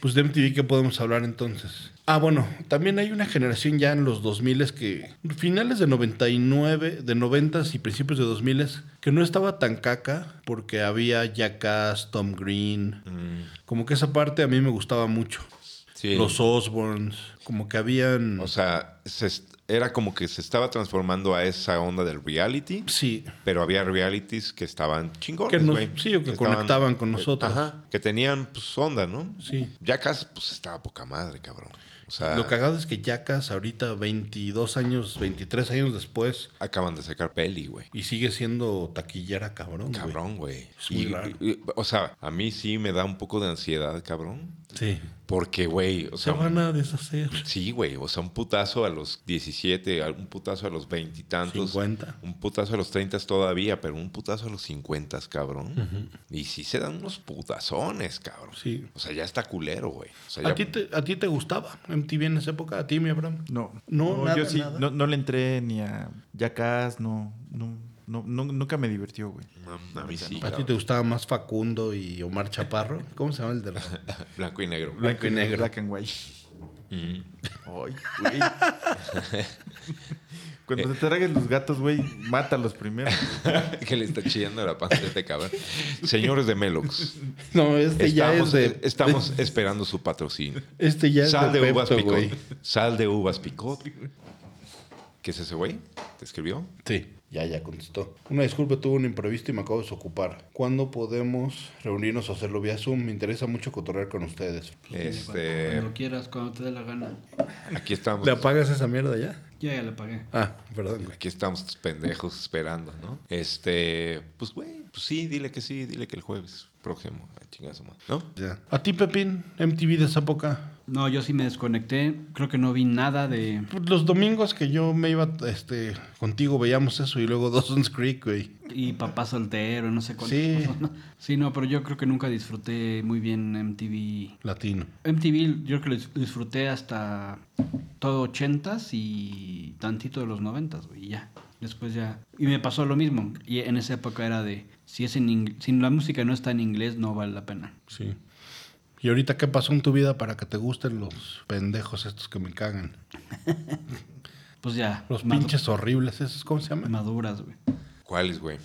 Speaker 1: Pues de MTV, ¿qué podemos hablar entonces? Ah, bueno, también hay una generación ya en los 2000 que. Finales de 99, de 90 y principios de 2000 que no estaba tan caca porque había Jackass, Tom Green.
Speaker 3: Mm,
Speaker 1: Como que esa parte a mí me gustaba mucho.
Speaker 3: sí.
Speaker 1: Los Osborns, como que habían.
Speaker 3: O sea, se est- era como que se estaba transformando a esa onda del reality,
Speaker 1: sí.
Speaker 3: pero había realities que estaban
Speaker 1: Que
Speaker 3: chingones,
Speaker 1: nos-
Speaker 3: güey.
Speaker 1: sí, o que
Speaker 3: estaban-
Speaker 1: conectaban con nosotros.
Speaker 3: Ajá, que tenían pues onda, ¿no?
Speaker 1: Sí.
Speaker 3: Jackass, pues estaba poca madre, cabrón. O sea,
Speaker 1: Lo cagado es que Jackass ahorita 22 años, 23 años después
Speaker 3: acaban de sacar peli, güey.
Speaker 1: y sigue siendo taquillera cabrón. güey.
Speaker 3: Cabrón, güey.
Speaker 1: Es muy
Speaker 3: Y-
Speaker 1: raro.
Speaker 3: y- o sea, a mí sí me da un poco de ansiedad, cabrón.
Speaker 1: Sí.
Speaker 3: Porque, güey, o
Speaker 1: Se
Speaker 3: sea,
Speaker 1: van a deshacer.
Speaker 3: Sí, güey. O sea, un putazo a los 17, un putazo a los 20 y tantos.
Speaker 1: 50.
Speaker 3: Un putazo a los 30 todavía, pero un putazo a los 50, cabrón. Y sí se dan unos putazones, cabrón.
Speaker 1: Sí.
Speaker 3: O sea, ya está culero, güey. O sea,
Speaker 1: ¿A
Speaker 3: ya-
Speaker 1: ti, te, ¿A ti te gustaba MTV en esa época? ¿A ti, mi Abraham?
Speaker 2: No,
Speaker 1: No, nada,
Speaker 2: yo sí,
Speaker 1: nada.
Speaker 2: No, no le entré ni a Jackass, no, no, no, no- nunca me divertió, güey.
Speaker 3: Mm, A mí sí,
Speaker 1: ¿A ti
Speaker 3: cabrón.
Speaker 1: te gustaba más Facundo y Omar Chaparro? ¿Cómo se llama el de los...
Speaker 3: Blanco y negro.
Speaker 1: Blanco y negro.
Speaker 2: Black and white.
Speaker 3: Mm.
Speaker 2: Ay, güey. Cuando te traguen los gatos, güey, mátalos primero.
Speaker 3: que le está chillando la panza a este cabrón. Señores de Melox,
Speaker 1: No, este ya es
Speaker 3: estamos, eh,
Speaker 1: de...
Speaker 3: estamos esperando su patrocinio.
Speaker 1: Este ya es
Speaker 3: Sal de,
Speaker 1: de
Speaker 3: uvas
Speaker 1: Pepto,
Speaker 3: picot.
Speaker 1: güey.
Speaker 3: Sal de uvas picot. ¿Qué es ese, güey? ¿Te escribió?
Speaker 1: Sí. Ya, ya contestó. Una disculpa, tuve un imprevisto y me acabo de desocupar. ¿Cuándo podemos reunirnos o hacerlo vía Zoom? Me interesa mucho cotorrear con ustedes.
Speaker 3: Este-
Speaker 4: Cuando, cuando quieras, cuando te dé la gana.
Speaker 3: Aquí estamos.
Speaker 1: ¿Le apagas esa mierda ya?
Speaker 4: Ya, ya la pagué.
Speaker 1: Ah, perdón, güey.
Speaker 3: Aquí estamos estos pendejos esperando, ¿no? Este, pues güey, pues sí, dile que sí, dile que el jueves próximo, a chingar a su madre, ¿no?
Speaker 1: Ya. ¿A ti, Pepín? MTV de esa época.
Speaker 4: No, yo sí me desconecté. Creo que no vi nada de.
Speaker 1: Los domingos que yo me iba este, contigo veíamos eso y luego Dawson's Creek, güey.
Speaker 4: Y papá soltero, no sé cuántas
Speaker 1: Sí.
Speaker 4: cosas, ¿no? Sí, no, pero yo creo que nunca disfruté muy bien MTV.
Speaker 1: Latino.
Speaker 4: MTV yo creo que lo dis- disfruté hasta todo 80s y tantito de los 90s, güey, y ya. Después ya. Y me pasó lo mismo. Y en esa época era de. Si, es en ing- si la música no está en inglés, no vale la pena.
Speaker 1: Sí. ¿Y ahorita qué pasó en tu vida para que te gusten los pendejos estos que me cagan?
Speaker 4: Pues ya.
Speaker 1: Los
Speaker 4: madu-
Speaker 1: pinches horribles esos, ¿cómo se llaman?
Speaker 4: Maduras, güey.
Speaker 3: ¿Cuáles, güey?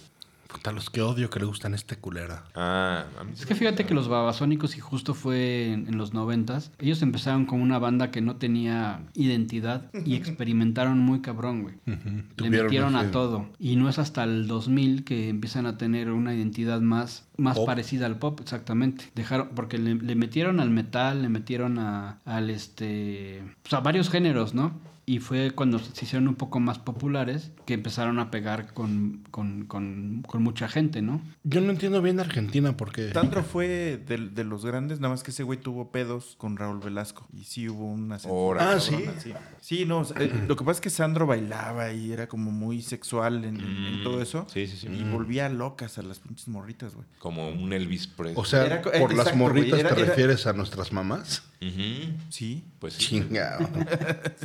Speaker 1: Puta, los que odio que le gustan a este culera.
Speaker 3: Ah, a mí
Speaker 4: Es
Speaker 3: sí
Speaker 4: que
Speaker 3: me
Speaker 4: fíjate que
Speaker 3: gustaron.
Speaker 4: los babasónicos, y justo fue en, en los noventas, ellos empezaron con una banda que no tenía identidad y experimentaron muy cabrón, güey. Le
Speaker 1: Tuvieron
Speaker 4: metieron
Speaker 1: ese-
Speaker 4: a todo. Y no es hasta el 2000 que empiezan a tener una identidad más, más
Speaker 1: Pop.
Speaker 4: parecida al pop, exactamente. Dejaron, porque le, le metieron al metal, le metieron a, al este, pues a varios géneros, ¿no? Y fue cuando se hicieron un poco más populares que empezaron a pegar con, con, con, con mucha gente, ¿no?
Speaker 1: Yo no entiendo bien Argentina porque...
Speaker 2: Tandro fue de, de los grandes, nada más que ese güey tuvo pedos con Raúl Velasco. Y sí hubo una censura
Speaker 3: Ahora,
Speaker 1: Ah,
Speaker 2: cabrona,
Speaker 1: ¿sí?
Speaker 2: Sí, no, o sea, eh, lo que pasa es que Sandro bailaba y era como muy sexual en, en- en todo eso.
Speaker 3: Mm,
Speaker 2: Mm.
Speaker 3: Sí, sí, sí.
Speaker 2: Y volvía locas a las pinches morritas, güey.
Speaker 3: como un Elvis Presley.
Speaker 1: O sea,
Speaker 2: Era co-
Speaker 1: por
Speaker 2: eh,
Speaker 1: las
Speaker 2: exacto,
Speaker 1: morritas
Speaker 2: güey, era-
Speaker 1: te
Speaker 2: era-
Speaker 1: refieres a nuestras mamás.
Speaker 3: Ujú,
Speaker 2: Sí.
Speaker 3: Pues sí,
Speaker 1: Chingado.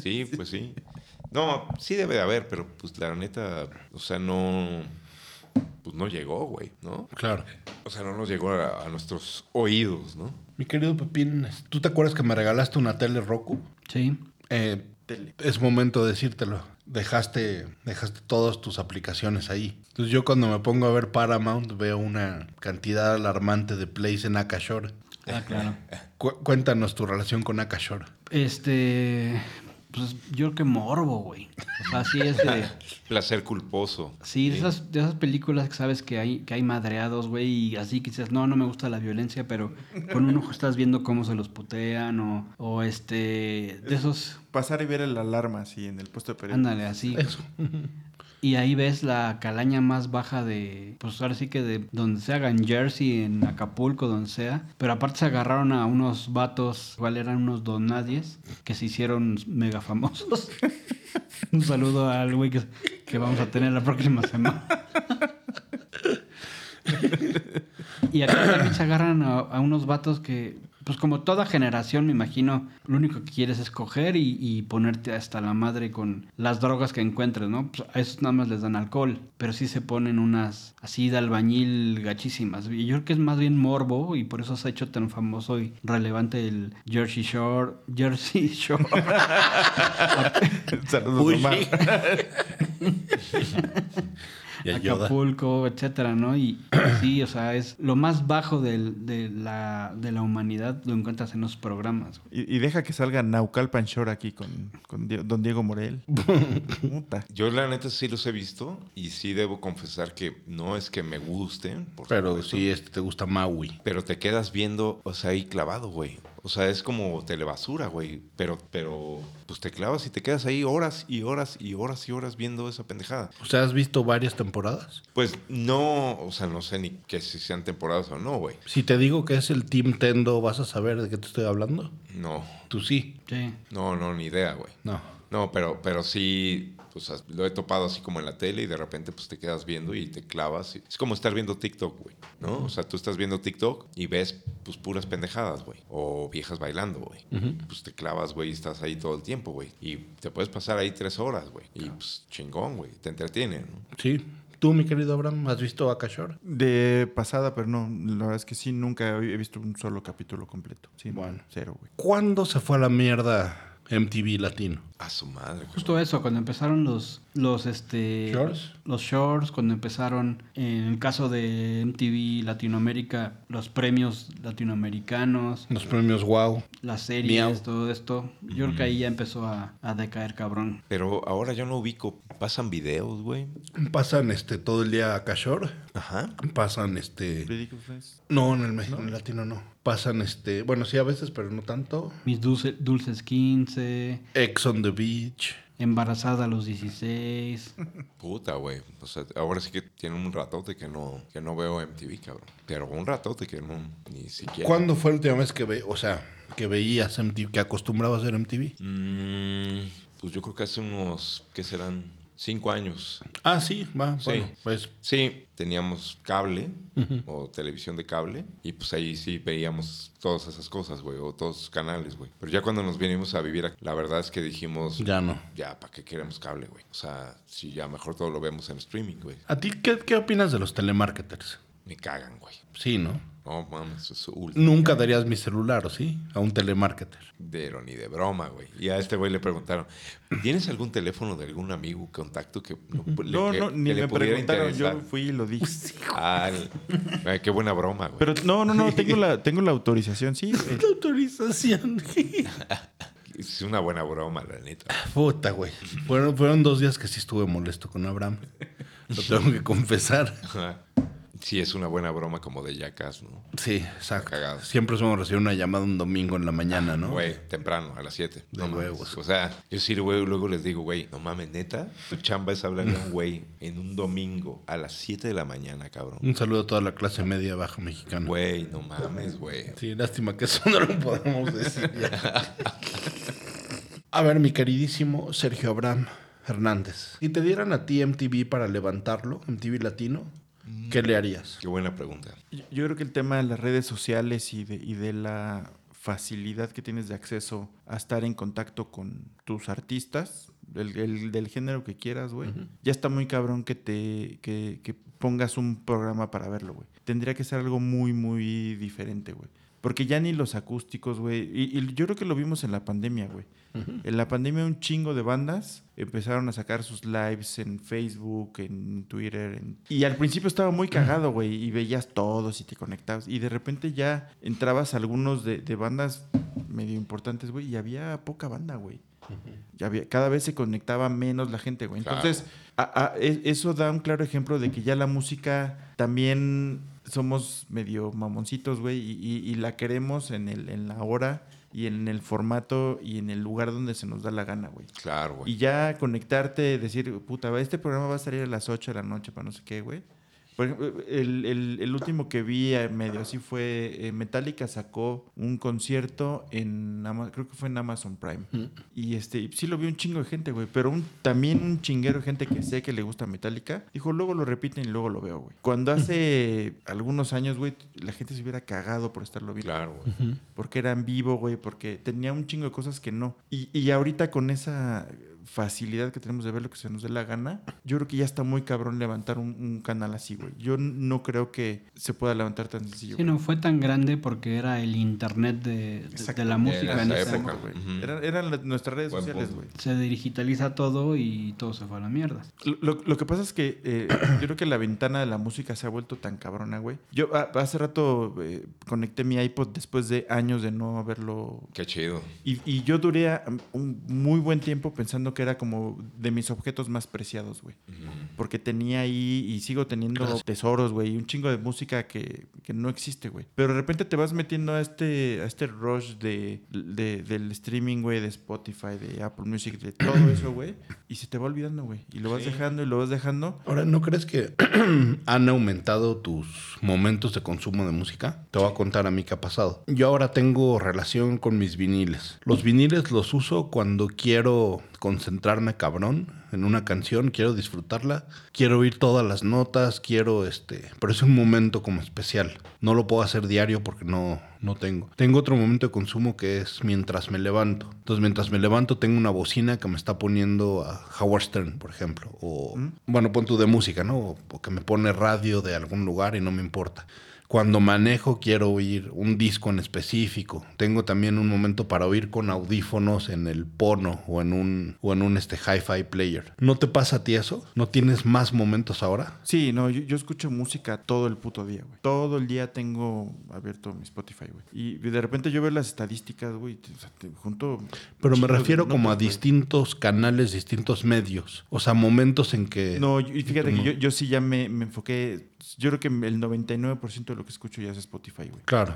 Speaker 3: sí, pues sí. No, sí debe de haber, pero pues la neta, o sea, no, pues no llegó, güey, ¿no?
Speaker 1: claro.
Speaker 3: O sea, no nos llegó a, a nuestros oídos, ¿no?
Speaker 1: Mi querido Pepín, ¿tú te acuerdas que me regalaste una tele Roku?
Speaker 4: Sí.
Speaker 1: Eh,
Speaker 2: Tele.
Speaker 1: es momento de decírtelo. Dejaste, dejaste todas tus aplicaciones ahí. Entonces yo cuando me pongo a ver Paramount veo una cantidad alarmante de plays en Akashore.
Speaker 4: Ah, claro.
Speaker 1: Cu- cuéntanos tu relación con Akashore.
Speaker 4: Este. Pues yo creo que morbo, güey. O sea, sí es de.
Speaker 3: Placer culposo.
Speaker 4: Sí, de esas, de esas películas que sabes que hay, que hay madreados, güey, y así que dices, no, no me gusta la violencia, pero con un ojo estás viendo cómo se los putean o, o este. De esos.
Speaker 2: Pasar y ver el alarma así en el puesto de periódico.
Speaker 4: Ándale, así.
Speaker 1: Eso.
Speaker 4: Y ahí ves la calaña más baja de, pues ahora sí que de donde sea, en Jersey, en Acapulco, donde sea. Pero aparte se agarraron a unos vatos, igual eran unos donadies, que se hicieron mega famosos. Un saludo al güey que, que vamos a tener la próxima semana. Y acá también se agarran a, a unos vatos que, pues como toda generación, me imagino, lo único que quieres es coger y, y ponerte hasta la madre con las drogas que encuentres, ¿no? Pues a esos nada más les dan alcohol, pero sí se ponen unas así de albañil gachísimas. Y yo creo que es más bien morbo y por eso se ha hecho tan famoso y relevante el Jersey Shore. Jersey Shore.
Speaker 2: Saludos, Omar.
Speaker 1: Y a Yoda.
Speaker 4: Acapulco, etcétera, ¿no? Y sí, o sea, es lo más bajo del- de, la, de la humanidad lo encuentras en los programas. güey.
Speaker 2: Y, y deja que salga Naucalpan Shore aquí con, con Di- Don Diego Morel. Puta.
Speaker 3: Yo la neta sí los he visto y sí debo confesar que no es que me gusten, por
Speaker 1: Pero
Speaker 3: supuesto,
Speaker 1: si este te gusta Maui.
Speaker 3: Pero te quedas viendo, o sea, ahí clavado, güey. O sea, es como telebasura, güey. Pero, pero, pues te clavas y te quedas ahí horas y horas y horas y horas viendo esa pendejada.
Speaker 1: O sea, ¿has visto varias temporadas?
Speaker 3: Pues no, o sea, no sé ni que si sean temporadas o no, güey.
Speaker 1: Si te digo que es el Team Tendo, ¿vas a saber de qué te estoy hablando?
Speaker 3: No,
Speaker 1: Tú sí.
Speaker 4: Sí.
Speaker 3: no, no, ni idea, güey.
Speaker 1: No.
Speaker 3: No, pero, pero sí, o sea, lo he topado así como en la tele y de repente pues te quedas viendo y te clavas. y- Es como estar viendo TikTok, güey, ¿no? O sea, tú estás viendo TikTok y ves pues puras pendejadas, güey, o viejas bailando, güey. Pues te clavas, güey, y estás ahí todo el tiempo, güey. Y te puedes pasar ahí tres horas, güey. Y pues chingón, güey, te entretiene, ¿no?
Speaker 1: Sí. Tú, mi querido Abraham, ¿has visto Akashore?
Speaker 2: De pasada, pero no, la verdad es que sí, nunca he visto un solo capítulo completo. Sí,
Speaker 1: Bueno.
Speaker 2: Cero, güey.
Speaker 1: ¿Cuándo se fue a la mierda MTV Latino?
Speaker 3: A su madre. güey.
Speaker 4: Justo eso, cuando empezaron los, los, este,
Speaker 1: ¿Shorts?
Speaker 4: los shorts, cuando empezaron, en el caso de MTV Latinoamérica, los premios latinoamericanos,
Speaker 1: Los premios wow.
Speaker 4: las series,
Speaker 1: Miau.
Speaker 4: todo esto, yo creo que ahí ya empezó a, a decaer cabrón.
Speaker 3: Pero ahora yo no ubico. Pasan videos, güey.
Speaker 1: Pasan este todo el día a Cashor.
Speaker 3: Ajá.
Speaker 1: Pasan este.
Speaker 2: Ridiculousness.
Speaker 1: No, en el México, en el latino no. Pasan este. Bueno, sí, a veces, pero no tanto.
Speaker 4: Mis dulce- dulces 15,
Speaker 1: Ex on the Beach.
Speaker 4: embarazada a los 16.
Speaker 3: Puta, güey. O sea, ahora sí que tiene un ratote que no, que no veo MTV, cabrón. Pero un ratote que no, ni siquiera.
Speaker 1: ¿Cuándo fue la última vez que ve, o sea, que veías MTV, que acostumbrabas a ver MTV?
Speaker 3: Mm, pues yo creo que hace unos, ¿qué serán? Cinco años.
Speaker 1: Ah, sí, va,
Speaker 3: Sí.
Speaker 1: bueno, pues
Speaker 3: Sí, teníamos cable o televisión de cable y pues ahí sí veíamos todas esas cosas, güey, o todos esos canales, güey. Pero ya cuando nos vinimos a vivir, ac- la verdad es que dijimos, ya,
Speaker 1: ya no.
Speaker 3: ¿para qué queremos cable, güey? O sea, si ya mejor todo lo vemos en streaming, güey.
Speaker 1: ¿A ti qué, qué opinas de los telemarketers?
Speaker 3: Me cagan, güey.
Speaker 1: Sí, ¿no?
Speaker 3: No mames, eso es ultra.
Speaker 1: Nunca darías mi celular, ¿o sí? A un telemarketer.
Speaker 3: Pero ni de broma, güey. Y a este güey le preguntaron, ¿tienes algún teléfono de algún amigo, contacto que no, le-
Speaker 2: No,
Speaker 3: que-
Speaker 2: no,
Speaker 3: que
Speaker 2: ni
Speaker 3: le
Speaker 2: me
Speaker 3: pudiera
Speaker 2: preguntaron, yo
Speaker 3: interesar?"
Speaker 2: fui y lo dije.
Speaker 3: Ay, ay, qué buena broma, güey.
Speaker 2: Pero no, no, no, tengo la, tengo la autorización, sí. güey.
Speaker 1: autorización.
Speaker 3: Es una buena broma, la neta.
Speaker 1: Puta, güey. Fueron, fueron dos días que sí estuve molesto con Abraham. Lo tengo que confesar.
Speaker 3: Ajá. Sí, es una buena broma como de Jackass, ¿no?
Speaker 1: Sí, exacto.
Speaker 3: Cagado.
Speaker 1: Siempre somos recibir una llamada un domingo en la mañana, ¿no?
Speaker 3: Güey, temprano, a las 7.
Speaker 1: De huevos.
Speaker 3: O sea, yo sí, güey, luego les digo, güey, no mames, neta, tu chamba es hablarle a un güey en un domingo a las 7 de la mañana, cabrón.
Speaker 2: Mm.
Speaker 1: Un saludo a toda la clase media baja mexicana.
Speaker 3: Güey, no mames, güey.
Speaker 1: Sí, lástima que eso no lo podemos decir. ya. a ver, mi queridísimo Sergio Abraham Hernández. Si te dieran a ti MTV para levantarlo, MTV Latino, ¿qué le harías?
Speaker 3: Qué buena pregunta.
Speaker 2: Yo yo creo que el tema de las redes sociales y de, y de la facilidad que tienes de acceso a estar en contacto con tus artistas, del, el- del género que quieras, güey. Ya está muy cabrón que te que, que pongas un programa para verlo, güey. Tendría que ser algo muy, muy diferente, güey. Porque ya ni los acústicos, güey. Y, y yo creo que lo vimos en la pandemia, güey. En la pandemia un chingo de bandas empezaron a sacar sus lives en Facebook, en Twitter. en- Y al principio estaba muy cagado, güey. Y veías todos y te conectabas. Y de repente ya entrabas a algunos de, de bandas medio importantes, güey. Y había poca banda, güey. Ya había- cada vez se conectaba menos la gente, güey.
Speaker 3: Claro.
Speaker 2: Entonces, a- a- e- eso da un claro ejemplo de que ya la música también somos medio mamoncitos, güey, y, y- y la queremos en, el, en la hora y en el formato y en el lugar donde se nos da la gana, güey.
Speaker 3: Claro,
Speaker 2: Y
Speaker 3: güey.
Speaker 2: ya conectarte, decir, puta, este programa va a salir a las 8 de la noche para no sé qué, güey. Por ejemplo, el, el- el último que vi eh, medio así fue eh, Metallica sacó un concierto en Ama- creo que fue en Amazon Prime. Y este, y sí lo vi un chingo de gente, güey. Pero un- también un chinguero de gente que sé que le gusta Metallica. Dijo, luego lo repiten y luego lo veo, güey. Cuando hace algunos años, güey, la gente se hubiera cagado por estarlo viendo
Speaker 3: Claro, güey.
Speaker 2: porque era en vivo, güey, porque tenía un chingo de cosas que no. Y, y ahorita con esa facilidad que tenemos de ver lo que se nos dé la gana, yo creo que ya está muy cabrón levantar un, un canal así, güey. Yo n- no creo que se pueda levantar tan sencillo.
Speaker 4: Sí,
Speaker 2: güey.
Speaker 4: no fue tan grande porque era el internet de, de- de la música
Speaker 3: Era
Speaker 4: en
Speaker 3: esa
Speaker 4: ese
Speaker 3: época.
Speaker 4: momento.
Speaker 2: güey.
Speaker 3: Ujú.
Speaker 2: Era- eran las- nuestras redes
Speaker 3: Buen
Speaker 2: sociales,
Speaker 3: punto.
Speaker 2: güey.
Speaker 4: Se digitaliza todo y todo se fue a la mierda.
Speaker 2: Lo, lo- lo que pasa es que eh, yo creo que la ventana de la música se ha vuelto tan cabrona, güey. Yo a- hace rato eh, conecté mi iPod después de años de no haberlo
Speaker 3: Qué chido.
Speaker 2: Y, y yo duré a- un muy buen tiempo pensando que era como de mis objetos más preciados, güey. Porque tenía ahí y sigo teniendo tesoros, güey, y un chingo de música que, que no existe, güey. Pero de repente te vas metiendo a este, a este rush de, de- del streaming, güey, de Spotify, de Apple Music, de todo eso, güey. Y se te va olvidando, güey. Y lo vas dejando y lo vas dejando.
Speaker 1: Ahora, ¿no crees que han aumentado tus momentos de consumo de música? Te voy a contar a mí qué ha pasado. Yo ahora tengo relación con mis viniles. Los viniles los uso cuando quiero concentrarme cabrón en una canción, quiero disfrutarla, quiero oír todas las notas, quiero este, pero es un momento como especial. No lo puedo hacer diario porque no no tengo. Tengo otro momento de consumo que es mientras me levanto. Entonces, mientras me levanto, tengo una bocina que me está poniendo a Howard Stern, por ejemplo. O, bueno, pon tú de música, ¿no? O, o que me pone radio de algún lugar y no me importa. Cuando manejo quiero oír un disco en específico. Tengo también un momento para oír con audífonos en el pono o en un, o en un este, hi-fi player. ¿No te pasa a ti eso? ¿No tienes más momentos ahora?
Speaker 2: Sí, no, yo, yo escucho música todo el puto día, güey. Todo el día tengo abierto mi Spotify, güey. Y de repente yo veo las estadísticas, güey, te- o sea, te- junto...
Speaker 1: Pero me
Speaker 2: chingos de
Speaker 1: refiero como a
Speaker 2: notas, güey.
Speaker 1: distintos canales, distintos medios. O sea, momentos en que...
Speaker 2: No, y fíjate que yo, yo sí ya me, me enfoqué. Yo creo que el 99% de lo que escucho ya es Spotify, güey.
Speaker 1: Claro.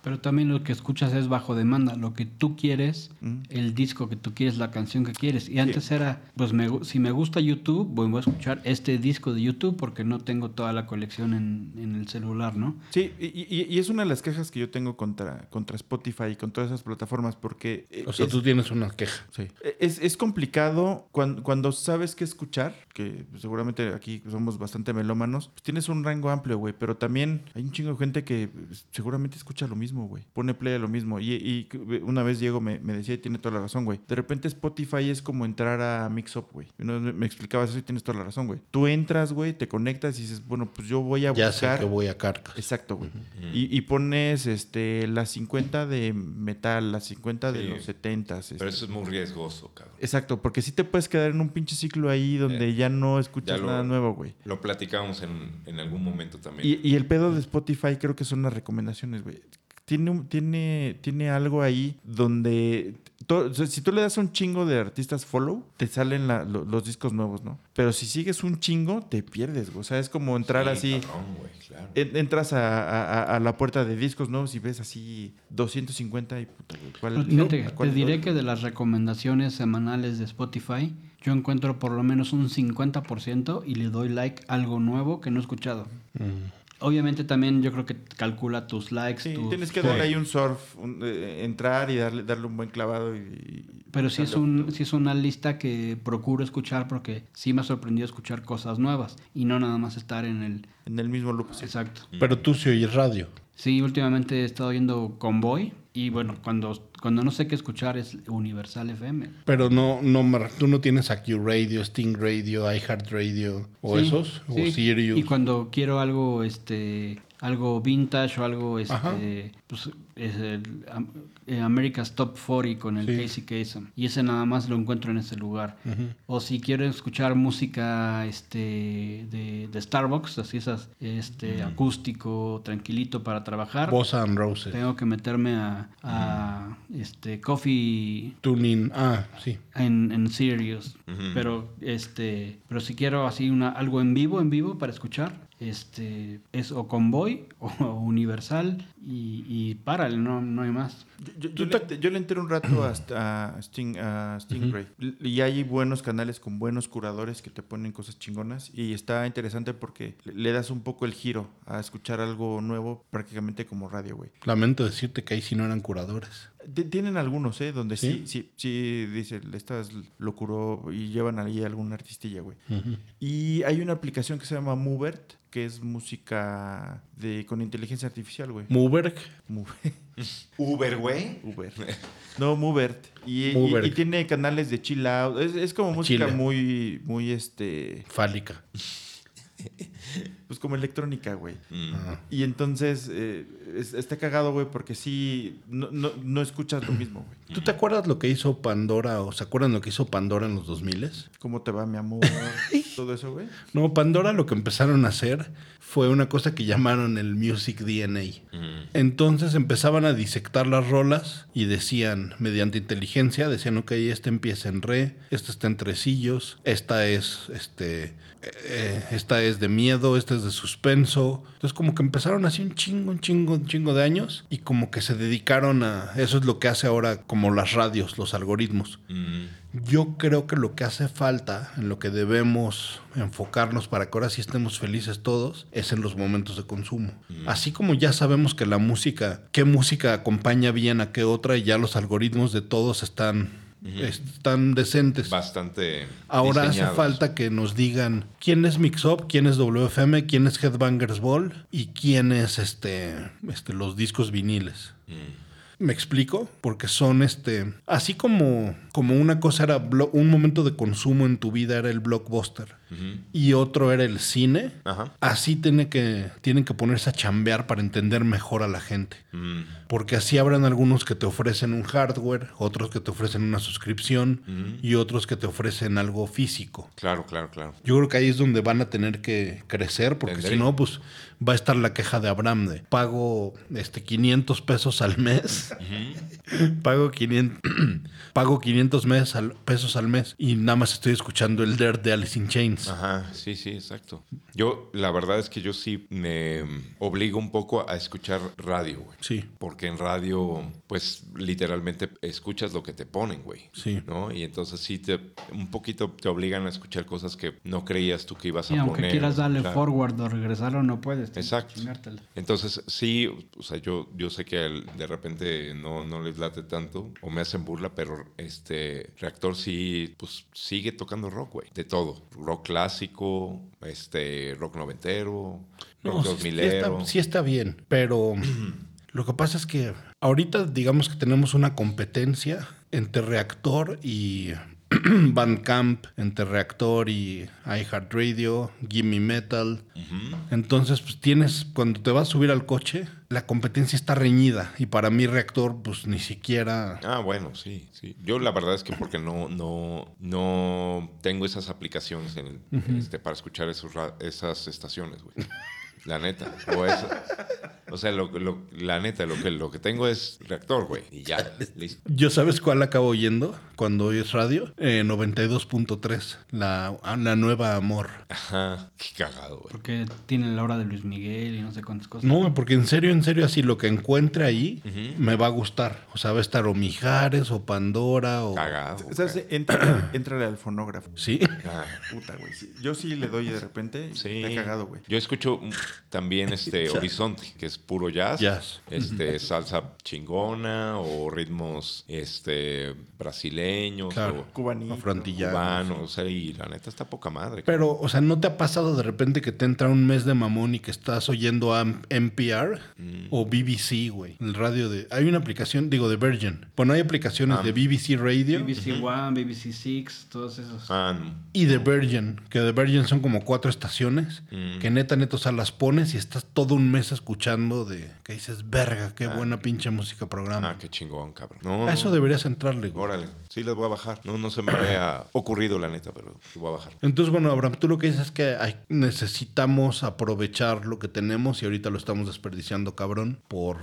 Speaker 4: Pero también lo que escuchas es bajo demanda, lo que tú quieres,
Speaker 2: Mm.
Speaker 4: el disco que tú quieres, la canción que quieres. Y antes era, pues me gu- si me gusta YouTube, voy voy a escuchar este disco de YouTube porque no tengo toda la colección en, en el celular, ¿no?
Speaker 2: Sí, y, y- y es una de las quejas que yo tengo contra, contra Spotify y con todas esas plataformas, porque. eh,
Speaker 1: O sea,
Speaker 2: es-
Speaker 1: tú tienes una queja.
Speaker 2: Sí. E, Es, es complicado cuan- cuando sabes qué escuchar, que seguramente aquí somos bastante melómanos, pues tienes un rango amplio, güey, pero también hay un chingo de gente que pues, seguramente escucha lo mismo, güey, pone play a lo mismo. Y, y una vez Diego me, me decía, y tiene toda la razón, güey, de repente Spotify es como entrar a Mixup, güey. Una vez me- me explicabas eso y tienes toda la razón, güey. Tú entras, güey, te conectas y dices, bueno, pues yo voy a
Speaker 1: Ya sé
Speaker 2: buscar... este,
Speaker 1: que voy a cartas.
Speaker 2: Exacto, güey. Y, y pones este, las 50 de metal, las 50 de
Speaker 3: Sí.
Speaker 2: los 70. s
Speaker 3: Pero eso es muy riesgoso, cabrón.
Speaker 2: Exacto, porque sí te puedes quedar en un pinche ciclo ahí donde
Speaker 3: Eh,
Speaker 2: ya no escuchas
Speaker 3: ya lo-
Speaker 2: nada nuevo, güey.
Speaker 3: Lo platicamos en, en algún momento también.
Speaker 2: Y, y el pedo de Spotify creo que son las recomendaciones, güey. Tiene, un- tiene, tiene algo ahí donde... to- o sea, si tú le das un chingo de artistas follow, te salen la- lo- los discos nuevos, ¿no? Pero si sigues un chingo, te pierdes, güey. O sea, es como entrar
Speaker 3: Sí,
Speaker 2: así... Eh,
Speaker 3: cabrón, güey, claro.
Speaker 2: en- Entras a, a- a- a la puerta de discos nuevos y ves así 250 y puta, güey, ¿cuál-
Speaker 4: Pero fíjate,
Speaker 2: a cuál
Speaker 4: te
Speaker 2: le
Speaker 4: diré
Speaker 2: doy?
Speaker 4: que de las recomendaciones semanales de Spotify, yo encuentro por lo menos un 50% y le doy like a algo nuevo que no he escuchado.
Speaker 1: Mm.
Speaker 4: Obviamente también yo creo que calcula tus likes,
Speaker 2: Sí,
Speaker 4: tus-
Speaker 2: tienes que darle ahí un surf, un- eh, entrar y darle, darle un buen clavado. Y, y-
Speaker 4: Pero sí es, un, sí es una lista que procuro escuchar porque sí me ha sorprendido escuchar cosas nuevas y no nada más estar en el...
Speaker 2: En el mismo loop. sí.
Speaker 4: Exacto.
Speaker 1: Pero tú sí oyes radio.
Speaker 4: Sí, últimamente he estado oyendo Convoy y bueno, cuando, cuando no sé qué escuchar es Universal FM.
Speaker 1: Pero no, no, me- tú no tienes aquí Radio, Sting Radio, iHeart Radio o
Speaker 4: Sí,
Speaker 1: esos, o
Speaker 4: sí.
Speaker 1: Sirius.
Speaker 4: Y cuando quiero algo, este, algo vintage o algo,
Speaker 1: Ajá.
Speaker 4: este, pues, es el, am- eh, America's Top 40 con el
Speaker 1: Sí.
Speaker 4: Casey Kasem. Y ese nada más lo encuentro en ese lugar. O si quiero escuchar música, este, de, de Starbucks, así esas, este, acústico, tranquilito para trabajar.
Speaker 1: Bossa and Roses.
Speaker 4: Tengo que meterme a, a, este, Coffee
Speaker 1: Tuning. Ah, sí.
Speaker 4: en, en Sirius. Pero este. Pero si quiero así una, algo en vivo, en vivo para escuchar. Este. Es o Convoy o Universal. Y, y párale, no, no hay más.
Speaker 2: Yo, yo le, yo le entré un rato hasta a, Sting, a Stingray. L- Y hay buenos canales con buenos curadores que te ponen cosas chingonas. Y está interesante porque le- le das un poco el giro a escuchar algo nuevo prácticamente como radio, güey.
Speaker 1: Lamento decirte que ahí sí no eran curadores.
Speaker 2: T- Tienen algunos, ¿eh? Donde sí,
Speaker 1: ¿Sí?
Speaker 2: sí, sí, dice, estas lo curó y llevan ahí algún artistilla, güey. Y hay una aplicación que se llama Movert, que es música de con inteligencia artificial, güey.
Speaker 1: Muberg.
Speaker 2: Move-
Speaker 3: Uber, güey.
Speaker 2: Uber. No, Movert. Y, y-
Speaker 1: Movert.
Speaker 2: y tiene canales de chill out. Es, es como música
Speaker 1: Chile.
Speaker 2: muy, muy, este,
Speaker 1: Fálica.
Speaker 2: pues como electrónica, güey.
Speaker 3: Mm.
Speaker 1: Ah.
Speaker 2: Y entonces eh, es- está cagado, güey, porque sí, no, no, no escuchas lo mismo, güey.
Speaker 1: ¿Tú te acuerdas lo que hizo Pandora o se acuerdan lo que hizo Pandora en los 2000?
Speaker 2: ¿Cómo te va, mi amor? Todo eso, güey.
Speaker 1: No, Pandora lo que empezaron a hacer fue una cosa que llamaron el Music DNA.
Speaker 3: Mm.
Speaker 1: Entonces empezaban a disectar las rolas y decían, mediante inteligencia, decían, ok, este empieza en re, este está en tresillos, esta es, este, eh, eh, esta es de miedo, esta es de suspenso. Entonces como que empezaron así un chingo, un chingo, un chingo de años y como que se dedicaron a, eso es lo que hace ahora como las radios, los algoritmos.
Speaker 3: Mm.
Speaker 1: Yo creo que lo que hace falta, en lo que debemos enfocarnos para que ahora sí estemos felices todos, es en los momentos de consumo. Así como ya sabemos que la música, qué música acompaña bien a qué otra y ya los algoritmos de todos están, están decentes.
Speaker 3: Bastante.
Speaker 1: Ahora hace
Speaker 3: diseñados.
Speaker 1: falta que nos digan quién es Mix Up, quién es WFM, quién es Headbangers Ball y quién es este, este los discos viniles. ¿Me explico? Porque son este. Así como, como una cosa era blo- un momento de consumo en tu vida era el blockbuster. y otro era el cine.
Speaker 3: Ajá.
Speaker 1: Así tiene que, tienen que ponerse a chambear para entender mejor a la gente.
Speaker 3: Mm,
Speaker 1: Porque así habrán algunos que te ofrecen un hardware, otros que te ofrecen una suscripción y otros que te ofrecen algo físico.
Speaker 3: claro, claro, claro.
Speaker 1: Yo creo que ahí es donde van a tener que crecer, porque
Speaker 3: Tendré.
Speaker 1: si no, pues va a estar la queja de Abraham de pago este, 500 pesos al mes, pago, 500, pago 500 mes al- pesos al mes y nada más estoy escuchando el Dirt de Alice in Chains.
Speaker 3: Ajá, sí, sí, exacto. Yo, la verdad es que yo sí me obligo un poco a escuchar radio, güey.
Speaker 1: Sí,
Speaker 3: Porque en radio, pues literalmente escuchas lo que te ponen, güey.
Speaker 1: Sí.
Speaker 3: ¿No? Y entonces sí te un poquito te obligan a escuchar cosas que no creías tú que ibas
Speaker 4: Sí,
Speaker 3: a
Speaker 4: aunque
Speaker 3: poner.
Speaker 4: quieras darle
Speaker 3: Claro.
Speaker 4: forward o regresarlo, no puedes. tienes que
Speaker 3: Exacto.
Speaker 4: chingártela.
Speaker 3: Entonces, sí, o sea, yo, yo sé que al- de repente no, no les late tanto o me hacen burla, pero este reactor sí, pues sigue tocando rock, güey. De todo. Rock clásico, este, rock noventero, rock
Speaker 1: No, sí- sí,
Speaker 3: dosmilero.
Speaker 1: está, sí está bien, pero lo que pasa es que ahorita digamos que tenemos una competencia entre Reactor y Bandcamp, entre Reactor y iHeartRadio, Gimme Metal. Entonces, pues tienes, cuando te vas a subir al coche, la competencia está reñida y para mí Reactor, pues ni siquiera...
Speaker 3: Ah, bueno, sí, sí. Yo la verdad es que porque no, no, no tengo esas aplicaciones en el- este, para escuchar esos ra- esas estaciones, güey. La neta. O, esa- o sea, lo, lo- la neta, lo que, lo que tengo es reactor, güey. Y ya, listo.
Speaker 1: Yo sabes cuál acabo oyendo cuando oyes radio, Eh, 92.3, la, ah, la nueva amor.
Speaker 3: Ajá. Qué cagado, güey.
Speaker 4: Porque tiene la hora de Luis Miguel y no sé cuántas cosas.
Speaker 1: No, porque en serio, en serio, así lo que encuentre ahí me va a gustar. O sea, va a estar o Mijares o Pandora o.
Speaker 3: Cagado.
Speaker 2: O sea,
Speaker 3: güey.
Speaker 2: se- entra- entrale al fonógrafo.
Speaker 1: Sí.
Speaker 3: Ah,
Speaker 2: Puta, güey. sí. Yo sí le doy de repente.
Speaker 3: sí.
Speaker 2: Sí. Está cagado, güey.
Speaker 3: Yo escucho mm, también este Horizonte, que es puro jazz.
Speaker 1: Jazz.
Speaker 3: Este, salsa chingona o ritmos este brasileños
Speaker 1: Claro.
Speaker 3: o
Speaker 2: Cubanito.
Speaker 1: Afroantillano.
Speaker 3: cubano, o sea, y la neta está poca madre. cabrón.
Speaker 1: Pero, o sea, ¿no te ha pasado de repente que te entra un mes de mamón y que estás oyendo a NPR o BBC, güey? El radio de. Hay una aplicación, digo, de Virgin. Bueno, hay aplicaciones de BBC Radio
Speaker 4: BBC One, BBC Six, todos esos.
Speaker 3: Ah, no.
Speaker 1: y de Virgin. Que de Virgin son como cuatro estaciones.
Speaker 3: Mm.
Speaker 1: Que neta, neta, o sea, las pones y estás todo un mes escuchando de. Que dices, verga, qué buena pinche música programa.
Speaker 3: Ah, qué chingón, cabrón. No,
Speaker 1: A eso
Speaker 3: no.
Speaker 1: deberías entrarle, güey.
Speaker 3: Órale, sí las voy a bajar. No, no se me había ocurrido, la neta, pero sí voy a bajar.
Speaker 1: Entonces, bueno, Abraham, tú lo que dices es que hay- necesitamos aprovechar lo que tenemos y ahorita lo estamos desperdiciando, cabrón, por...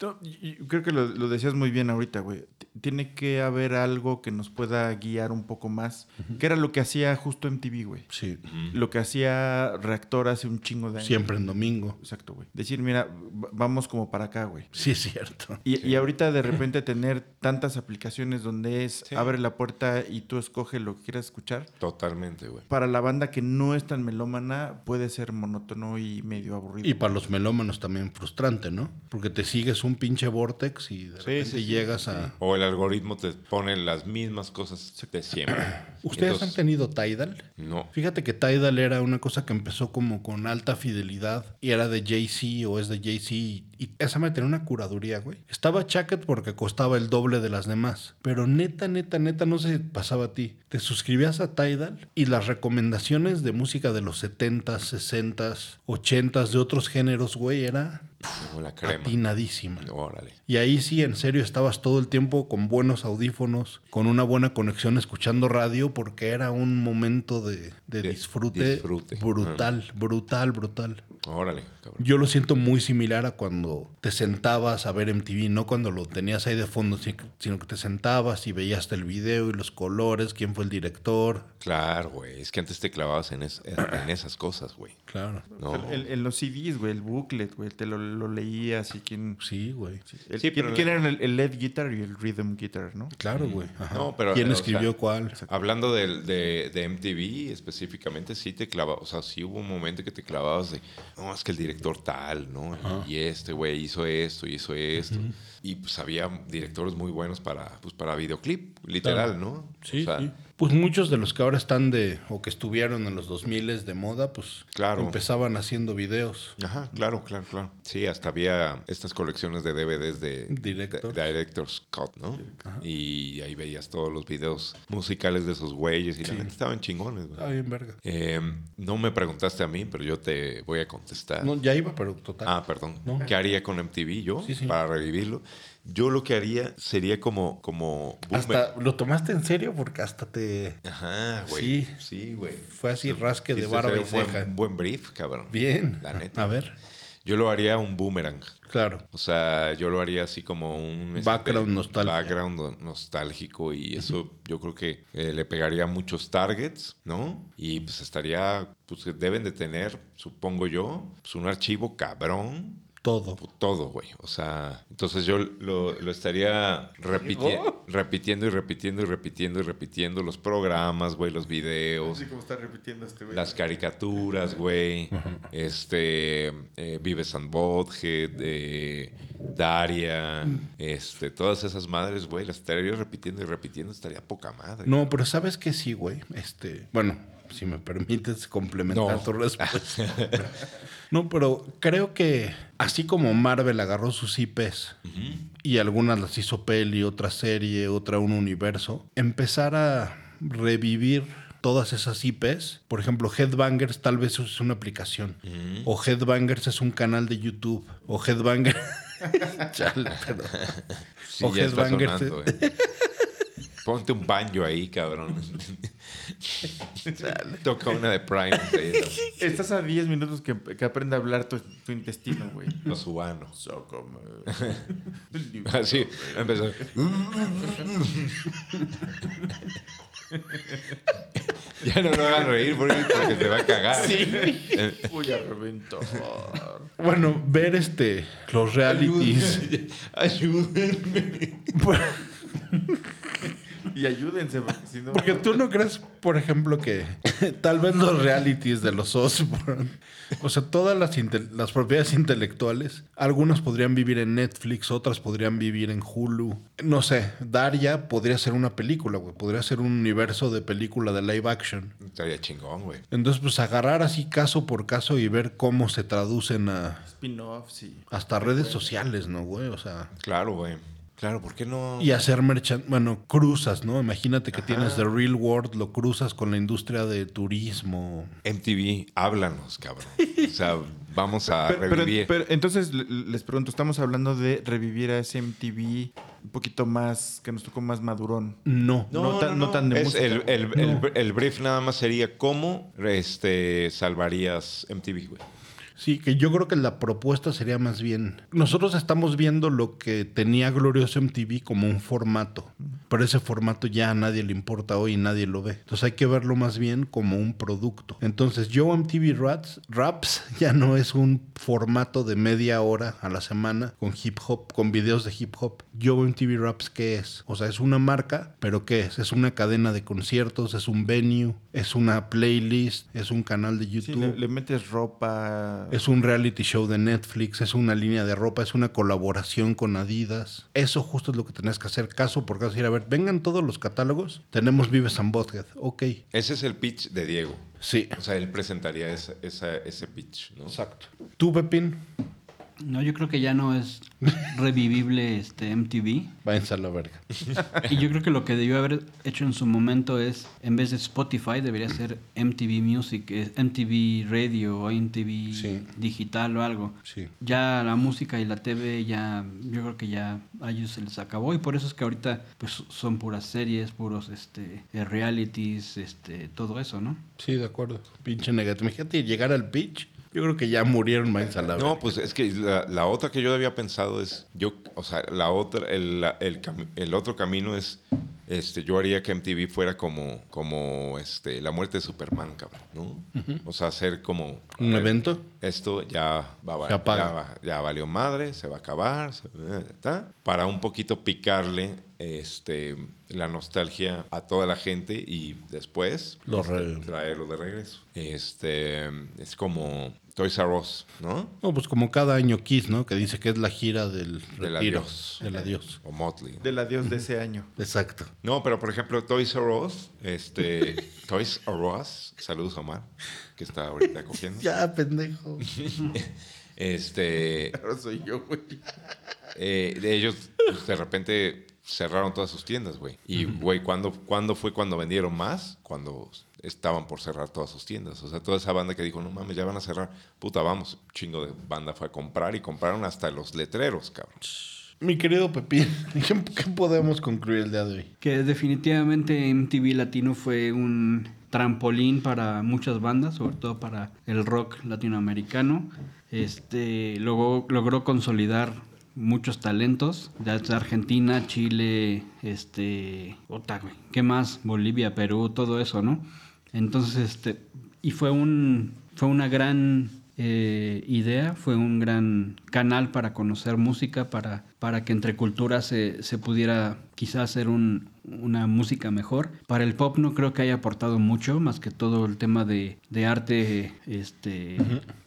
Speaker 2: No, y- y Creo que lo, lo decías muy bien ahorita, güey. T- Tiene que haber algo que nos pueda guiar un poco más. Que era lo que hacía justo MTV, güey.
Speaker 1: Sí,
Speaker 2: Lo que hacía Reactor hace un chingo de años.
Speaker 1: siempre en domingo.
Speaker 2: Exacto, güey. Decir, mira, v- vamos como para acá, güey.
Speaker 1: Sí, es cierto.
Speaker 2: Y, y ahorita de repente tener tantas aplicaciones donde es
Speaker 3: Sí.
Speaker 2: abre la puerta y tú escoges lo que quieras escuchar.
Speaker 3: Totalmente, güey.
Speaker 2: Para la banda que no es tan melómana, puede ser monótono y medio aburrido.
Speaker 1: Y para los melómanos también frustrante, ¿no? Porque te sigues un pinche vortex y de repente
Speaker 3: sí, sí,
Speaker 1: llegas a...
Speaker 3: O el algoritmo te pone las mismas cosas de siempre.
Speaker 1: ¿Ustedes han
Speaker 3: Entonces,
Speaker 1: tenido Tidal?
Speaker 3: No.
Speaker 1: Fíjate que Tidal era una cosa que empezó como con alta fidelidad y era de Jay-Z o es de Jay-Z y y esa me tenía una curaduría, güey. Estaba Chacket porque costaba el doble de las demás. Pero neta, neta, neta, no sé si te pasaba a ti. Te suscribías a Tidal y las recomendaciones de música de los 70s, 60s, 80s de otros géneros, güey, era
Speaker 3: Como la crema.
Speaker 1: patinadísima.
Speaker 3: Órale.
Speaker 1: Y ahí sí, en serio, estabas todo el tiempo con buenos audífonos, con una buena conexión, escuchando radio, porque era un momento de, de
Speaker 3: De
Speaker 1: disfrute,
Speaker 3: disfrute. Ah.
Speaker 1: brutal, brutal, brutal.
Speaker 3: Órale, cabrón.
Speaker 1: Yo lo siento muy similar a cuando te sentabas a ver MTV, no cuando lo tenías ahí de fondo, si- sino que te sentabas y veías el video y los colores, quién fue el director.
Speaker 3: Claro, güey. Es que antes te clavabas en, es- en esas cosas, güey.
Speaker 1: Claro.
Speaker 3: No.
Speaker 2: O sea, En, en los CDs, güey, el booklet, güey, te lo, lo leías y quién...
Speaker 1: Sí, güey.
Speaker 2: el-
Speaker 3: Sí,
Speaker 2: ¿quién,
Speaker 3: pero-
Speaker 2: quién eran el, el lead guitar y el rhythm guitar, no?
Speaker 1: Claro, güey. Ajá.
Speaker 3: No, pero,
Speaker 1: ¿Quién
Speaker 3: o
Speaker 1: escribió
Speaker 3: sea,
Speaker 1: cuál?
Speaker 3: Hablando del- de, de MTV específicamente, sí te clavabas, o sea, sí hubo un momento que te clavabas de, no, es que el director tal, ¿no? Y este güey hizo esto, y hizo esto. Y pues había directores muy buenos para, pues, para videoclip, literal, ¿no?
Speaker 1: Sí,
Speaker 3: O sea,
Speaker 1: sí. pues muchos de los que ahora están de, o que estuvieron en los 2000 de moda, pues
Speaker 3: Claro.
Speaker 1: empezaban haciendo videos.
Speaker 3: Ajá, claro, claro, claro. Sí, hasta había estas colecciones de DVDs de
Speaker 1: Directors.
Speaker 3: de- Director's Cut, ¿no? Y ahí veías todos los videos musicales de esos güeyes y la neta estaban chingones, güey.
Speaker 1: Ah, bien verga.
Speaker 3: Eh, no me preguntaste a mí, pero yo te voy a contestar.
Speaker 1: No, ya iba, pero total.
Speaker 3: Ah, perdón.
Speaker 1: No.
Speaker 3: ¿Qué haría con MTV yo
Speaker 1: Sí, sí.
Speaker 3: para revivirlo? Yo lo que haría sería como... como
Speaker 1: hasta lo tomaste en serio porque hasta te
Speaker 3: Ajá, güey.
Speaker 1: Sí.
Speaker 3: Sí, güey.
Speaker 1: fue así rasque de
Speaker 3: Quisiste
Speaker 1: barba y
Speaker 3: hacer un buen-
Speaker 1: ceja.
Speaker 3: Un buen brief, cabrón.
Speaker 1: Bien.
Speaker 3: La neta.
Speaker 1: A ver,
Speaker 3: Yo lo haría un boomerang.
Speaker 1: claro.
Speaker 3: O sea, yo lo haría así como un... este,
Speaker 1: Background nostálgico.
Speaker 3: Background no- nostálgico y eso yo creo que eh, le pegaría a muchos targets, ¿no? Y pues estaría... Pues que deben de tener, supongo yo, pues un archivo cabrón.
Speaker 1: Todo.
Speaker 3: Todo, güey. O sea, entonces yo lo, lo estaría repiti- repitiendo y repitiendo y repitiendo y repitiendo los programas, güey, los videos,
Speaker 2: como está repitiendo este güey.
Speaker 3: las caricaturas, güey. Este. eh, Vives and Bothead, eh, Daria. Este. Todas esas madres, güey. Las estaría repitiendo y repitiendo. Estaría poca madre.
Speaker 1: No, pero sabes que sí, güey. Este, bueno, si me permites complementar
Speaker 3: No.
Speaker 1: tu respuesta. no, pero creo que así como Marvel agarró sus IPs y algunas las hizo peli, otra serie, otra un universo, empezar a revivir todas esas IPs, por ejemplo, Headbangers tal vez es una aplicación, o Headbangers es un canal de YouTube, o Headbangers... Chale, perdón.
Speaker 3: Sí,
Speaker 1: o
Speaker 3: ya está
Speaker 1: Headbangers.
Speaker 3: sonando, eh. Ponte un banjo ahí, cabrón. Toca una de Prime. de esas.
Speaker 2: Estás a 10 minutos que, que aprenda a hablar tu, tu intestino, güey.
Speaker 3: Los cubanos.
Speaker 2: So como-
Speaker 3: Así empezó. ya no lo hagan reír porque, porque te va a cagar. Eh,
Speaker 2: Voy a reventar.
Speaker 1: Bueno, ver este, los realities.
Speaker 3: Ayúdenme.
Speaker 2: Y ayúdense, porque si no.
Speaker 1: Porque tú no crees, por ejemplo, que tal vez los realities de los Osborn, o sea, todas las, inte- las propiedades intelectuales, algunas podrían vivir en Netflix, otras podrían vivir en Hulu. No sé, Daria podría ser una película, güey, podría ser un universo de película de live action.
Speaker 3: Estaría chingón, güey.
Speaker 1: Entonces, pues agarrar así caso por caso y ver cómo se traducen a
Speaker 2: Spin-off, sí.
Speaker 1: hasta redes sociales, ¿no, güey? O sea,
Speaker 3: Claro, güey. Claro, ¿por qué no?
Speaker 1: y hacer merchan, bueno, cruzas, ¿no? Imagínate que tienes The Real World, lo cruzas con la industria de turismo.
Speaker 3: MTV, háblanos, cabrón. O sea, vamos a
Speaker 2: Pero, pero-
Speaker 3: revivir.
Speaker 2: pero entonces le- les pregunto, estamos hablando de revivir a ese MTV un poquito más, que nos tocó más madurón.
Speaker 1: No.
Speaker 2: No, tan- no tan de
Speaker 3: Es
Speaker 2: música.
Speaker 3: el, el- el- el brief nada más sería cómo este, salvarías MTV, güey.
Speaker 1: Sí, que yo creo que la propuesta sería más bien. Nosotros estamos viendo lo que tenía Glorioso MTV como un formato, pero ese formato ya a nadie le importa hoy y nadie lo ve. Entonces hay que verlo más bien como un producto. Entonces, Yo MTV Raps, Raps ya no es un formato de media hora a la semana con hip hop, con videos de hip hop. Yo MTV Raps, ¿qué es? O sea, es una marca, pero ¿qué es? Es una cadena de conciertos, es un venue, es una playlist, es un canal de
Speaker 2: Sí,
Speaker 1: YouTube.
Speaker 2: le, le metes ropa.
Speaker 1: Es un reality show de Netflix, es una línea de ropa, es una colaboración con Adidas. Eso justo es lo que tenías que hacer caso por caso. Ir a ver, vengan todos los catálogos. Tenemos Vives and Bothead. Ok.
Speaker 3: Ese es el pitch de Diego.
Speaker 1: Sí.
Speaker 3: O sea, él presentaría esa- esa- ese pitch, ¿no?
Speaker 1: Exacto. Tú, Pepín,
Speaker 4: No, yo creo que ya no es revivible este MTV.
Speaker 1: váyanse a la verga.
Speaker 4: Y yo creo que lo que debió haber hecho en su momento es, en vez de Spotify, debería ser MTV Music, eh, MTV Radio o MTV
Speaker 1: Sí.
Speaker 4: Digital o algo.
Speaker 1: Sí.
Speaker 4: Ya la música y la TV ya, yo creo que ya a ellos se les acabó y por eso es que ahorita pues son puras series, puros este eh, realities, este todo eso, ¿no?
Speaker 1: Sí, de acuerdo. Pinche negativo. Imagínate llegar al pitch. Yo creo que ya murieron, váyanse a la verga.
Speaker 3: No, pues es que la, la otra que yo había pensado es, yo, o sea, la otra, el, la- el, cami- el otro camino es, este, yo haría que MTV fuera como, como, este, la muerte de Superman, cabrón, ¿no? O sea, hacer como a
Speaker 1: ¿Un
Speaker 3: ver,
Speaker 1: evento?
Speaker 3: Esto ya va, a
Speaker 1: Se apaga.
Speaker 3: ya va- ya valió madre, se va a acabar, se- eh, ta, para un poquito picarle, este, la nostalgia a toda la gente y después
Speaker 1: Lo re-
Speaker 3: traerlo de regreso. Este es como Toys R Us, ¿no?
Speaker 1: No, pues como cada año Kiss, ¿no? Que dice que es la gira del
Speaker 3: Del
Speaker 1: retiro,
Speaker 3: adiós.
Speaker 1: Del adiós.
Speaker 3: O Motley.
Speaker 2: Del adiós de ese año.
Speaker 1: Exacto.
Speaker 3: No, pero por ejemplo, Toys R Us, este, Toys R Us, saludos a Omar, que está ahorita cogiendo.
Speaker 1: Ya, pendejo.
Speaker 3: Este,
Speaker 2: Ahora soy yo, güey.
Speaker 3: eh, de ellos pues, de repente cerraron todas sus tiendas, güey. Y, güey, ¿cuándo, ¿cuándo fue cuando vendieron más? Cuando estaban por cerrar todas sus tiendas. O sea, toda esa banda que dijo, no mames, ya van a cerrar. Puta, vamos. Chingo de banda fue a comprar y compraron hasta los letreros, cabrón.
Speaker 1: Mi querido Pepín, ¿qué, qué podemos concluir el día de hoy?
Speaker 4: Que definitivamente MTV Latino fue un trampolín para muchas bandas, sobre todo para el rock latinoamericano. Este logró, logró consolidar muchos talentos de Argentina, Chile, este, otra, güey, ¿qué más? Bolivia, Perú, todo eso, ¿no? Entonces, este, y fue un, fue una gran eh, idea, fue un gran canal para conocer música, para, para que entre culturas se, se pudiera quizás hacer un- una música mejor. Para el pop no creo que haya aportado mucho, más que todo el tema de, de arte este,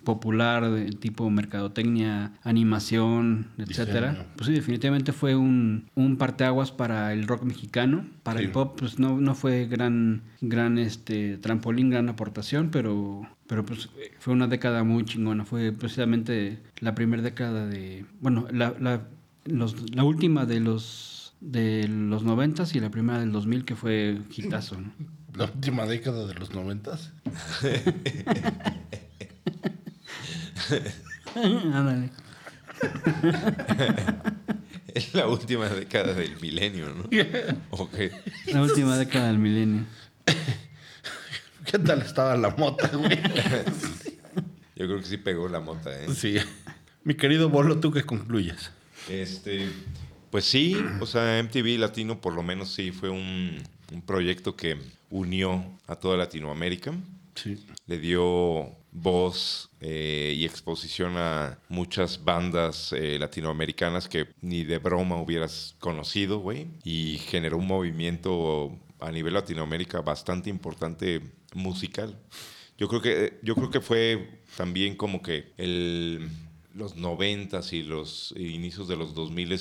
Speaker 4: popular, de tipo mercadotecnia, animación, etcétera.
Speaker 1: Diseño.
Speaker 4: Pues sí, definitivamente fue un, un parteaguas para el rock mexicano. Para el pop, pues no, no fue gran, gran este, trampolín, gran aportación, pero, pero pues eh, fue una década muy chingona. Fue precisamente la primera década de. Bueno, la, la, los- la última de los de los noventas y la primera del 2000 que fue hitazo. ¿no?
Speaker 1: ¿La última década de los noventas?
Speaker 4: Ándale.
Speaker 3: Es la última década del milenio, ¿no? Ok.
Speaker 4: La última década del milenio.
Speaker 1: ¿Qué tal estaba la mota, güey?
Speaker 3: Yo creo que sí pegó la mota, ¿eh?
Speaker 1: Sí. Mi querido Bolo, ¿tú qué concluyes?
Speaker 3: Este, pues sí, o sea, MTV Latino por lo menos sí fue un, un proyecto que unió a toda Latinoamérica,
Speaker 1: Sí.
Speaker 3: le dio voz eh, y exposición a muchas bandas eh, latinoamericanas que ni de broma hubieras conocido, güey, y generó un movimiento a nivel Latinoamérica bastante importante musical. Yo creo que, yo creo que fue también como que el, los noventas y los inicios de los 2000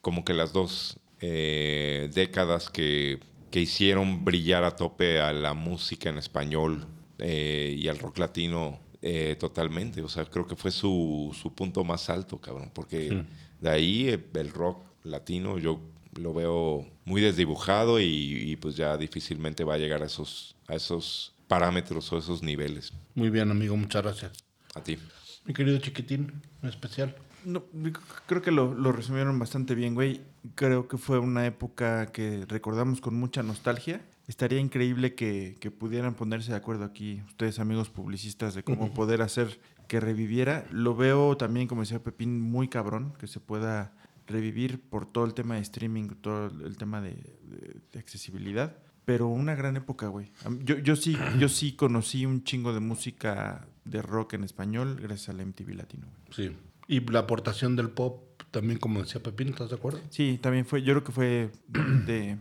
Speaker 3: como que las dos eh, décadas que, que hicieron brillar a tope a la música en español eh, y al rock latino eh, totalmente. O sea, creo que fue su, su punto más alto, cabrón, porque de ahí eh, el rock latino yo lo veo muy desdibujado y, y, pues ya difícilmente va a llegar a esos, a esos parámetros o esos niveles.
Speaker 1: Muy bien, amigo, muchas gracias.
Speaker 3: A ti.
Speaker 1: Mi querido chiquitín, en especial.
Speaker 2: No, creo que lo, lo resumieron bastante bien, güey. Creo que fue una época que recordamos con mucha nostalgia. Estaría increíble que, que pudieran ponerse de acuerdo aquí, ustedes amigos publicistas, de cómo poder hacer que reviviera. Lo veo también, como decía Pepín, muy cabrón, que se pueda revivir por todo el tema de streaming, todo el el tema de, de- de accesibilidad. Pero una gran época, güey. A mí- Yo, yo, sí, yo sí conocí un chingo de música de rock en español gracias al MTV Latino, güey.
Speaker 1: Sí. Y la aportación del pop, también como decía Pepín, ¿estás de acuerdo?
Speaker 2: Sí, también fue, yo creo que fue de,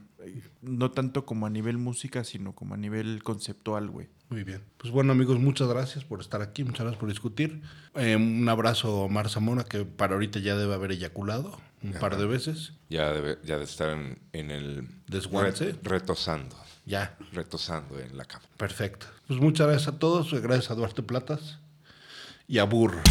Speaker 2: no tanto como a nivel música, sino como a nivel conceptual, güey.
Speaker 1: Muy bien. Pues bueno, amigos, muchas gracias por estar aquí, muchas gracias por discutir. Eh, un abrazo a Omar Zamora, que para ahorita ya debe haber eyaculado un par de veces.
Speaker 3: Ya debe, ya de estar en, en el
Speaker 1: Desguace.
Speaker 3: retosando,
Speaker 1: Ya,
Speaker 3: retosando en la cama.
Speaker 1: perfecto. Pues muchas gracias a todos, gracias a Duarte Platas y a Burr.